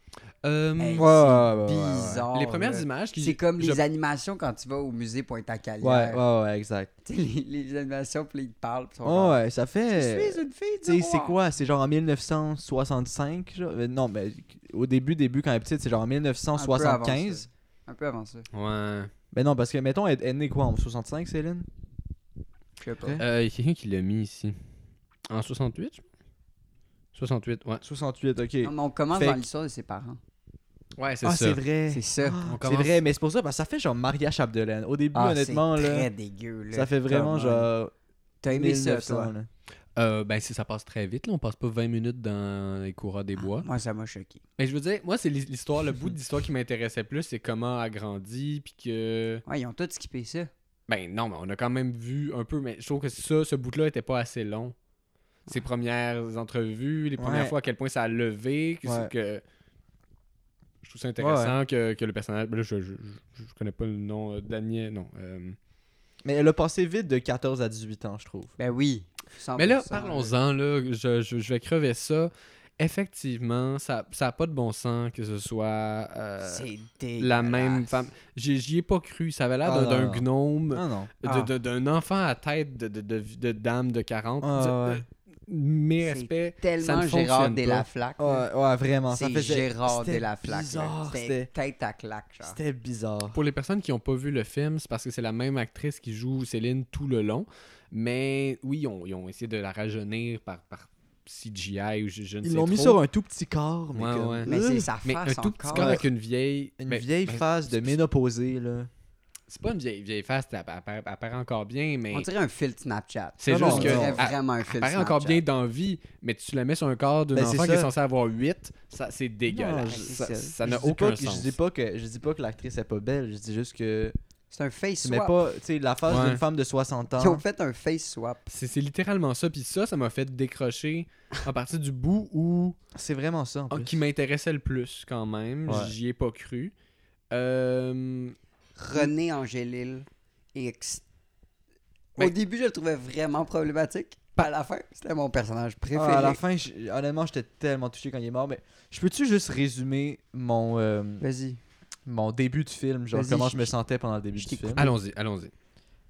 Speaker 2: Euh,
Speaker 4: Hey,
Speaker 5: Mm, Ouais, ouais, ouais,
Speaker 4: c'est
Speaker 5: ouais, ouais.
Speaker 4: bizarre.
Speaker 2: les premières
Speaker 4: là.
Speaker 2: images qui.
Speaker 4: C'est comme
Speaker 2: je-
Speaker 4: les animations quand tu vas au musée Pointe-à-Calière.
Speaker 5: Ouais, ouais, ouais, exact.
Speaker 4: Tu sais, Les, les animations, puis là, ils te parlent. puis ils sont
Speaker 5: Ouais,
Speaker 4: genre,
Speaker 5: ouais, ça
Speaker 4: Je
Speaker 5: fait.
Speaker 4: suis une fille
Speaker 5: Tu sais,
Speaker 4: du
Speaker 5: c'est
Speaker 4: roi.
Speaker 5: quoi C'est genre en 1965 genre? Euh, Non, mais au début, début, quand elle est petite, c'est genre en
Speaker 4: Un peu avant
Speaker 5: 1975.
Speaker 4: ça. Un peu avant ça.
Speaker 2: Ouais.
Speaker 5: Mais non, parce que mettons, elle elle est née quoi en 65, Céline
Speaker 4: Je sais pas.
Speaker 5: Ok.
Speaker 2: Euh, Il y a quelqu'un qui l'a mis ici. En 68 je- 68, ouais.
Speaker 5: 68, ok.
Speaker 4: Non, mais on commence
Speaker 5: Fait
Speaker 4: dans
Speaker 5: que-
Speaker 4: l'histoire de ses parents.
Speaker 2: Ouais, c'est
Speaker 5: Ah,
Speaker 2: ça.
Speaker 5: c'est vrai.
Speaker 4: C'est ça.
Speaker 5: Ah,
Speaker 2: On
Speaker 5: C'est
Speaker 2: commence-
Speaker 5: vrai, mais c'est pour ça, parce que ça fait genre Maria Chapdelaine. Au début,
Speaker 4: Ah,
Speaker 5: honnêtement,
Speaker 4: c'est
Speaker 5: là,
Speaker 4: très dégueu. Là.
Speaker 5: ça fait vraiment
Speaker 4: Come on.
Speaker 5: genre.
Speaker 4: T'as aimé ça,
Speaker 5: 1900,
Speaker 4: toi?
Speaker 5: là.
Speaker 2: Euh, ben, c'est- ça passe très vite. Là. On passe pas 20 minutes dans les courants des bois.
Speaker 4: Moi, ça m'a choqué.
Speaker 2: Mais je veux dire, moi, c'est l'hi- l'histoire, le bout de l'histoire qui m'intéressait plus, c'est comment elle a grandi, puis que.
Speaker 4: Ouais, ils ont tous skippé ça.
Speaker 2: Ben non, mais on a quand même vu un peu, mais je trouve que ça, ce bout-là était pas assez long. Ses premières entrevues, les premières
Speaker 5: Ouais.
Speaker 2: fois à quel point ça a levé, que,
Speaker 5: Ouais.
Speaker 2: que- je trouve ça intéressant Que, que le personnage. ben là, je, je, je- je connais pas le nom euh, Daniel, non. euh.
Speaker 5: Mais elle a passé vite de 14 à 18 ans, je trouve. Ah,
Speaker 4: Ben oui. 100%.
Speaker 2: Mais là, parlons-en, là, je, je- je vais crever ça. effectivement, ça n'a pas de bon sens que ce soit euh,
Speaker 4: C'est
Speaker 2: la
Speaker 4: dégueulasse.
Speaker 2: même femme. J'y j'y ai pas cru. Ça avait l'air
Speaker 5: Ah,
Speaker 2: d'un-
Speaker 5: non,
Speaker 2: d'un
Speaker 5: non.
Speaker 2: gnome,
Speaker 5: Ah non.
Speaker 2: de-
Speaker 4: Ah.
Speaker 2: de- d'un enfant à tête de, de, de, de dame de euh, 40.
Speaker 5: Ah, ouais.
Speaker 2: Mes
Speaker 4: C'est
Speaker 2: respects. ça
Speaker 4: Tellement
Speaker 2: ne
Speaker 4: Gérard
Speaker 2: fonctionne pas.
Speaker 4: Delaflaque. là.
Speaker 5: Ouais, ouais, vraiment. ça
Speaker 4: C'est
Speaker 5: faisait-
Speaker 4: Gérard
Speaker 5: c'était
Speaker 4: Delaflaque. là.
Speaker 5: bizarre,
Speaker 4: C'était
Speaker 5: C'était
Speaker 4: tête à claque, genre.
Speaker 5: c'était bizarre.
Speaker 2: Pour les personnes qui n'ont pas vu le film, c'est parce que c'est la même actrice qui joue Céline tout le long. Mais oui, ils ont, ils ont essayé de la rajeunir par, par CGI ou je, je ne
Speaker 5: Ils
Speaker 2: sais
Speaker 5: l'ont mis
Speaker 2: trop.
Speaker 5: sur un tout petit corps. Mais,
Speaker 2: Ouais,
Speaker 5: comme-
Speaker 2: ouais.
Speaker 4: Mais c'est sa face
Speaker 2: Mais un tout petit
Speaker 4: encore.
Speaker 2: corps avec une vieille...
Speaker 5: Une
Speaker 2: mais-
Speaker 5: vieille
Speaker 2: mais
Speaker 5: phase de
Speaker 2: c'est-
Speaker 5: ménopausée, là.
Speaker 2: C'est pas une vieille, vieille face, elle appara- elle apparaît encore bien, mais...
Speaker 4: On dirait un filtre Snapchat.
Speaker 2: C'est
Speaker 5: Non,
Speaker 2: juste
Speaker 5: non,
Speaker 2: que...
Speaker 5: non.
Speaker 4: On dirait
Speaker 2: elle-
Speaker 4: vraiment un
Speaker 2: elle
Speaker 4: filtre
Speaker 2: apparaît
Speaker 4: Snapchat.
Speaker 2: encore bien dans vie, mais tu la mets sur un corps d'un
Speaker 5: Ben, c'est
Speaker 2: enfant qui est
Speaker 5: ça.
Speaker 2: censé avoir 8, ça, c'est
Speaker 5: Non,
Speaker 2: dégueulasse.
Speaker 5: je-
Speaker 2: Ça-
Speaker 4: c'est-
Speaker 2: ça
Speaker 5: Je
Speaker 2: n'a
Speaker 5: dis pas
Speaker 2: aucun
Speaker 5: que-
Speaker 2: sens.
Speaker 5: Je dis pas que je dis pas que l'actrice est pas belle, je dis juste que
Speaker 4: C'est un face
Speaker 5: tu mets
Speaker 4: swap.
Speaker 5: pas, tu sais la phase
Speaker 2: Ouais.
Speaker 5: d'une femme de 60
Speaker 4: Ils ont
Speaker 5: ans.
Speaker 4: fait un face swap.
Speaker 2: C'est c'est littéralement ça. Puis ça, ça m'a fait décrocher à partir du bout où...
Speaker 5: C'est vraiment ça en
Speaker 2: Ah,
Speaker 5: plus.
Speaker 2: qui m'intéressait le plus quand même.
Speaker 5: Ouais.
Speaker 2: J'y ai pas cru. Euh,
Speaker 4: René Angélil est ex-
Speaker 2: Mais-
Speaker 4: Au début, je le trouvais vraiment problématique. À la fin, c'était mon personnage préféré.
Speaker 5: Ah, à la fin, je- honnêtement, j'étais tellement touché quand il est mort, mais je peux-tu juste résumer mon euh,
Speaker 4: Vas-y.
Speaker 5: mon début du film, genre
Speaker 4: Vas-y,
Speaker 5: comment
Speaker 4: je-
Speaker 5: je me sentais pendant le début
Speaker 4: je
Speaker 5: du
Speaker 4: t'écoute.
Speaker 5: film
Speaker 2: allons-y, allons-y.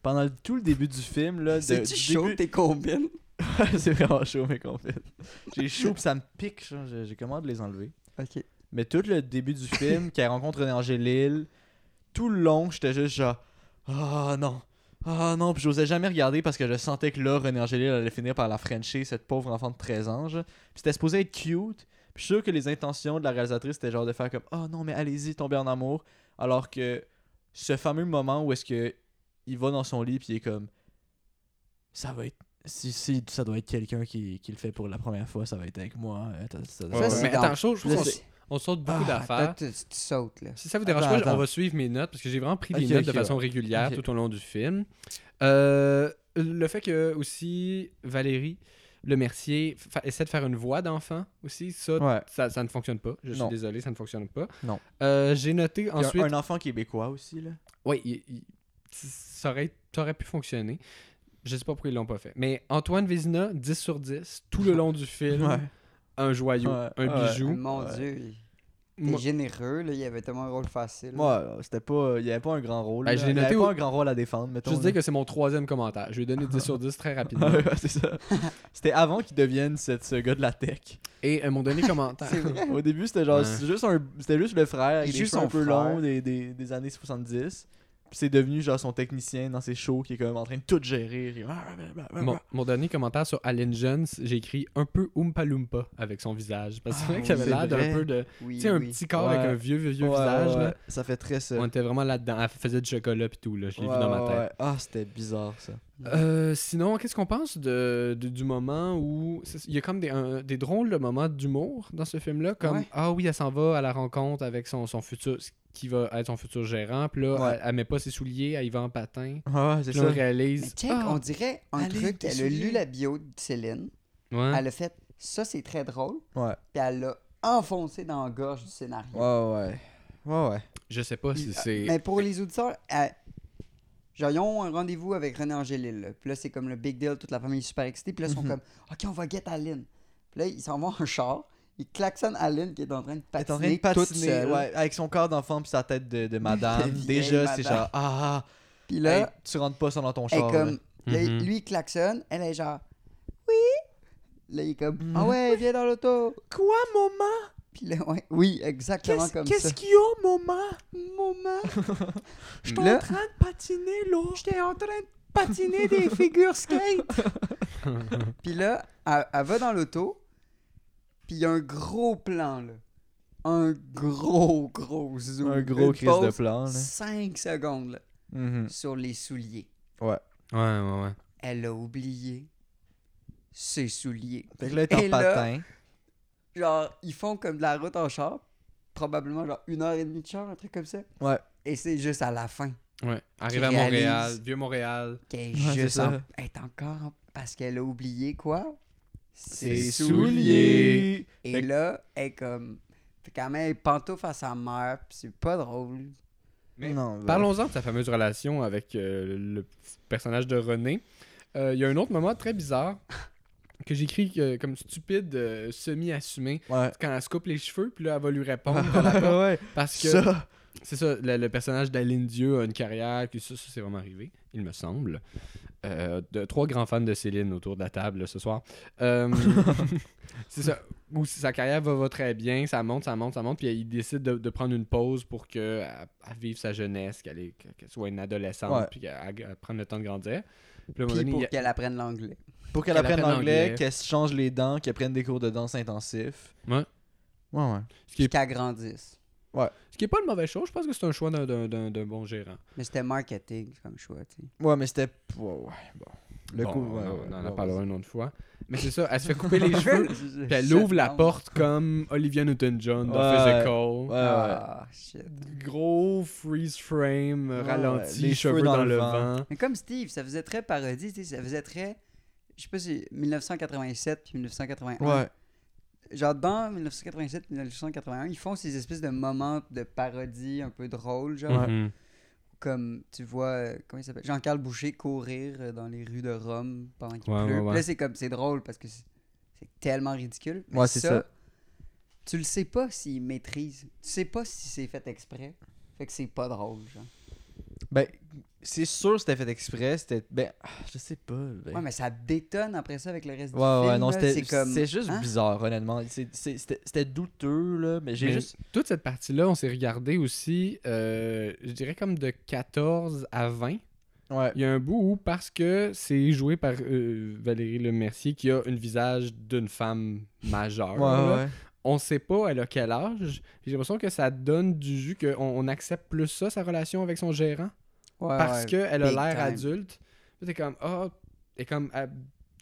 Speaker 5: Pendant le- tout le début du film là, de-
Speaker 4: C'est-tu
Speaker 5: du
Speaker 4: chaud
Speaker 5: début-
Speaker 4: tes combines?
Speaker 5: c'est vraiment chaud mes confites. J'ai chaud, pis ça me pique, genre, j'ai j'ai commandé de les enlever.
Speaker 4: Ok.
Speaker 5: Mais tout le début du film, qu'elle rencontre René Angélil, tout le long, j'étais juste genre Ah non, ah non, puis j'osais jamais regarder parce que je sentais que là, René Angélil allait finir par la Frencher, cette pauvre enfant de 13 ans. genre. Puis c'était supposé être cute. Puis je suis sûr que les intentions de la réalisatrice c'était genre de faire comme Ah non, mais allez-y, tombez en amour. Alors que ce fameux moment où est-ce que il va dans son lit, puis il est comme Ça va être. Si, si ça doit être quelqu'un qui, qui le fait pour la première fois, ça va être avec moi. euh, ta- ta- ta-
Speaker 4: Ça,
Speaker 2: Ouais,
Speaker 4: c'est
Speaker 2: mais
Speaker 4: dans-
Speaker 2: attends, chose, je trouve
Speaker 5: Là,
Speaker 2: qu'on
Speaker 5: c'est-
Speaker 2: on saute beaucoup
Speaker 5: Ah,
Speaker 2: d'affaires.
Speaker 4: Tu, tu sautes, là.
Speaker 2: Si ça vous dérange
Speaker 5: Attends,
Speaker 2: pas, on
Speaker 5: Ah, bah, attends.
Speaker 2: va suivre mes notes parce que j'ai vraiment pris des
Speaker 5: Ok,
Speaker 2: notes de
Speaker 5: ok,
Speaker 2: façon régulière
Speaker 5: Ok.
Speaker 2: tout au long du film. Euh, le fait que aussi Valérie Le Mercier fa- essaie de faire une voix d'enfant aussi, ça,
Speaker 5: Ouais.
Speaker 2: ça, ça ne fonctionne pas. Je suis
Speaker 5: Non.
Speaker 2: désolé, ça ne fonctionne pas.
Speaker 5: Non.
Speaker 2: Euh, j'ai noté
Speaker 5: Puis un-
Speaker 2: ensuite.
Speaker 5: un enfant québécois aussi, là.
Speaker 2: Oui, ça, aurait, ça aurait pu fonctionner. Je sais pas pourquoi ils l'ont pas fait. Mais Antoine Vézina, 10 sur 10, tout le long du film, un joyau,
Speaker 5: Ouais,
Speaker 2: un
Speaker 5: ouais.
Speaker 4: Ah,
Speaker 2: bijou.
Speaker 4: Mon
Speaker 5: Ouais.
Speaker 4: Dieu. T'es
Speaker 2: Moi-
Speaker 4: généreux, là. Il y avait tellement un rôle facile.
Speaker 5: Moi, euh, c'était pas. Il n'y avait pas un grand rôle.
Speaker 2: Ben,
Speaker 5: là.
Speaker 2: je l'ai
Speaker 5: il y
Speaker 2: noté
Speaker 5: avait
Speaker 2: au-
Speaker 5: pas un grand rôle à défendre, mettons.
Speaker 2: Juste dire
Speaker 5: là.
Speaker 2: que c'est mon troisième commentaire. Je vais donner 10 sur 10 très rapidement.
Speaker 5: Ouais, ouais, c'est ça. C'était avant qu'il devienne cette, ce gars de la tech.
Speaker 2: Et euh, mon dernier commentaire.
Speaker 4: C'est vrai.
Speaker 5: Au début, c'était genre
Speaker 2: Ouais.
Speaker 5: c'est juste un, c'était juste le frère avec
Speaker 4: Il
Speaker 5: des
Speaker 4: joue
Speaker 5: cheveux
Speaker 4: son
Speaker 5: un peu
Speaker 4: frère.
Speaker 5: longs des, des, des années 70. Puis c'est devenu genre son technicien dans ses shows qui est comme ah, en train de tout gérer. Puis-
Speaker 2: Mon, mon dernier commentaire sur Allen Jones, j'ai écrit un peu Oompa Loompa avec son visage. Parce que c'est vrai qu'il avait
Speaker 5: Ah oui,
Speaker 2: l'air
Speaker 5: c'est
Speaker 2: d'un
Speaker 5: vrai.
Speaker 2: peu de.
Speaker 4: Oui,
Speaker 2: Tu sais, un
Speaker 4: oui.
Speaker 2: petit corps
Speaker 5: Ouais.
Speaker 2: avec un vieux, vieux, vieux
Speaker 5: Ouais,
Speaker 2: visage.
Speaker 5: ouais,
Speaker 2: là.
Speaker 5: ouais. Ça fait très ça.
Speaker 2: On était vraiment là-dedans. Elle faisait du chocolat et tout, là. Je l'ai
Speaker 5: Ouais,
Speaker 2: vu dans ma tête.
Speaker 5: ouais, ouais. Ah, c'était bizarre ça.
Speaker 2: Euh, sinon, qu'est-ce qu'on pense de, de- du moment où c'est- il y a comme des, un- des drôles de moments d'humour dans ce film-là, comme
Speaker 4: Ouais.
Speaker 2: ah oui, elle s'en va à la rencontre avec son, son futur, ce qui va être son futur gérant, puis là,
Speaker 5: Ouais.
Speaker 2: elle, elle met pas ses souliers, elle y va en patin,
Speaker 5: Ouais, ouais, c'est
Speaker 2: puis là, on
Speaker 5: ça.
Speaker 4: Mais
Speaker 2: réalise
Speaker 4: check,
Speaker 2: ah,
Speaker 4: on dirait un
Speaker 5: allez,
Speaker 4: truc.
Speaker 5: tes
Speaker 4: Elle a lu
Speaker 5: souliers.
Speaker 4: la bio de Céline.
Speaker 2: ouais.
Speaker 4: Elle a fait ça, c'est très drôle.
Speaker 5: Ouais.
Speaker 4: Puis elle l'a enfoncé dans la gorge du scénario.
Speaker 5: Ouais, ouais. Ouais, ouais.
Speaker 2: je sais pas si c'est
Speaker 4: euh, Mais pour les auditeurs, elle- genre, ils ont un rendez-vous avec René Angélil. là. Puis là, c'est comme le big deal, toute la famille est super excitée. Puis là, ils sont
Speaker 5: Mhm.
Speaker 4: comme, OK, on va get Aline. Puis là, ils s'en vont en char. Ils klaxonnent Aline qui est en train de
Speaker 5: Elle est en
Speaker 4: patiner,
Speaker 5: train de
Speaker 4: toute
Speaker 5: patiner,
Speaker 4: seule.
Speaker 5: ouais, avec son corps d'enfant puis sa tête de, de madame.
Speaker 4: vieille
Speaker 5: Déjà, c'est
Speaker 4: madame.
Speaker 5: genre, ah, ah,
Speaker 4: Puis là,
Speaker 5: hey, tu rentres pas ça dans ton
Speaker 4: elle est
Speaker 5: char.
Speaker 4: comme,
Speaker 5: là.
Speaker 4: là,
Speaker 2: Mhm.
Speaker 4: lui, il klaxonne. Elle est genre, oui. Là, il est comme,
Speaker 5: Mhm.
Speaker 4: ah ouais, viens dans l'auto.
Speaker 5: Quoi, maman
Speaker 4: Puis là, ouais, oui, exactement comme ça.
Speaker 5: qu'il y a, maman
Speaker 4: Maman,
Speaker 5: Je
Speaker 4: Là-
Speaker 5: train de patiner, là.
Speaker 4: j'étais en train de patiner des figures skate. Puis là, elle, elle va dans l'auto. Puis il y a un gros plan, là. Un gros, gros zoom.
Speaker 5: Un gros
Speaker 4: Une
Speaker 5: crise de
Speaker 4: pause
Speaker 5: plan, là.
Speaker 4: 5 secondes là,
Speaker 5: Mhm.
Speaker 4: sur les souliers.
Speaker 2: ouais ouais ouais
Speaker 4: Elle a oublié ses souliers.
Speaker 5: Fait que là, elle est en
Speaker 4: Et là-
Speaker 5: patin.
Speaker 4: Genre, ils font comme de la route en char. Probablement, genre, une heure et demie de char, un truc comme ça.
Speaker 5: Ouais.
Speaker 4: Et c'est juste à la fin
Speaker 2: ouais arrivé à
Speaker 4: Qui réalise-
Speaker 2: Montréal, vieux Montréal,
Speaker 4: qu'elle est
Speaker 5: Ouais, c'est
Speaker 4: juste en-
Speaker 5: ça.
Speaker 4: elle est encore. en- Parce qu'elle a oublié quoi
Speaker 2: Ses
Speaker 4: Ses
Speaker 2: souliers.
Speaker 4: Et
Speaker 5: Fait que-
Speaker 4: là, elle est comme. Fait quand même, elle pantoufle à sa mère, pis c'est pas drôle.
Speaker 2: Mais
Speaker 5: Non, ben-
Speaker 2: Parlons-en de sa fameuse relation avec euh, le personnage de René. Euh, Il y a un autre moment très bizarre que j'écris que- comme stupide, euh, semi-assumé,
Speaker 5: Ouais.
Speaker 2: quand elle se coupe les cheveux, puis là, elle va lui répondre à la porte,
Speaker 5: ouais.
Speaker 2: parce que
Speaker 5: Ça.
Speaker 2: c'est ça, le, le personnage d'Aline Dieu a une carrière, que ça, ça c'est vraiment arrivé, il me semble. Euh, de, trois grands fans de Céline autour de la table là, ce soir. Euh, c'est ça. Où sa carrière va, va très bien, ça monte, ça monte, ça monte, puis il décide de, de prendre une pause pour qu'elle vive sa jeunesse, qu'elle est- qu'elle soit une adolescente,
Speaker 5: Ouais.
Speaker 2: puis qu'elle elle prenne le temps de grandir. Puis là, à un moment
Speaker 4: Puis
Speaker 2: donné, il y
Speaker 4: pour
Speaker 2: a-
Speaker 4: qu'elle apprenne l'anglais.
Speaker 5: Pour qu'elle
Speaker 2: Qu'elle
Speaker 5: apprenne
Speaker 2: apprenne
Speaker 5: l'anglais,
Speaker 2: l'anglais.
Speaker 5: qu'elle se change les dents, qu'elle prenne des cours de danse intensif.
Speaker 2: Ouais.
Speaker 5: Ouais, ouais.
Speaker 2: ce, qui
Speaker 4: Puis
Speaker 2: est,
Speaker 4: qu'elle grandisse.
Speaker 2: ce qui est pas une mauvaise chose, je pense que c'est un choix d'un- d'un d'un- d'un bon gérant.
Speaker 4: Mais c'était marketing comme choix, tu sais.
Speaker 5: Ouais, mais c'était. Ouais, ouais, bon. Le
Speaker 2: Bon,
Speaker 5: coup.
Speaker 2: on,
Speaker 5: ouais,
Speaker 2: en-
Speaker 5: ouais,
Speaker 2: on en
Speaker 5: ouais,
Speaker 2: parlera
Speaker 5: vas-y.
Speaker 2: une autre fois. Mais c'est ça, elle se fait couper les cheveux, Puis elle ouvre la porte euh, comme Olivia Newton-John dans
Speaker 5: Ouais.
Speaker 2: Physical.
Speaker 5: Ouais, ouais.
Speaker 4: Ah, shit.
Speaker 2: Gros freeze frame,
Speaker 5: Ouais,
Speaker 2: ralenti,
Speaker 5: les
Speaker 2: cheveux, dans, le vent.
Speaker 4: Mais comme Steve, ça faisait très parodie, tu sais, ça faisait très. Je sais pas si 1987 puis 1981.
Speaker 5: Ouais.
Speaker 4: Genre dans 1987 puis 1981, ils font ces espèces de moments de parodie un peu drôles, genre.
Speaker 2: Mhm.
Speaker 4: Comme tu vois, euh, comment il s'appelle Jean-Carl Boucher courir euh, dans les rues de Rome pendant qu'il
Speaker 2: Ouais,
Speaker 4: pleut.
Speaker 2: ouais,
Speaker 4: Puis
Speaker 2: ouais.
Speaker 4: Là, c'est comme, c'est drôle parce que c'est c'est tellement ridicule. Mais
Speaker 5: Ouais, c'est ça.
Speaker 4: Tu le sais pas s'il maîtrise. Tu sais pas si c'est fait exprès. Fait que c'est pas drôle, genre.
Speaker 5: Ben, c'est sûr que c'était fait exprès. C'était. Ben, ah, je sais pas. ben.
Speaker 4: Ouais, mais ça détonne après ça avec le reste
Speaker 5: Ouais,
Speaker 4: du film.
Speaker 5: ouais, non,
Speaker 4: là.
Speaker 5: c'était
Speaker 4: c'est comme.
Speaker 5: c'est juste
Speaker 4: hein?
Speaker 5: bizarre, honnêtement. C'est- c'est- C'était c'était douteux, là, mais j'ai
Speaker 2: Mais
Speaker 5: juste.
Speaker 2: Toute cette partie-là, on s'est regardé aussi, euh, je dirais comme de 14 à 20.
Speaker 5: Ouais.
Speaker 2: Il y a un bout où, parce que c'est joué par euh, Valérie Lemercier, qui a un visage d'une femme majeure,
Speaker 5: Ouais,
Speaker 2: là.
Speaker 5: ouais.
Speaker 2: on sait pas elle a quel âge. J'ai l'impression que ça donne du jus, qu'on on accepte plus ça, sa relation avec son gérant.
Speaker 4: Ouais,
Speaker 2: parce
Speaker 4: ouais.
Speaker 2: qu'elle a
Speaker 4: big
Speaker 2: l'air
Speaker 4: time.
Speaker 2: adulte. Puis t'es comme, ah, et comme, elle-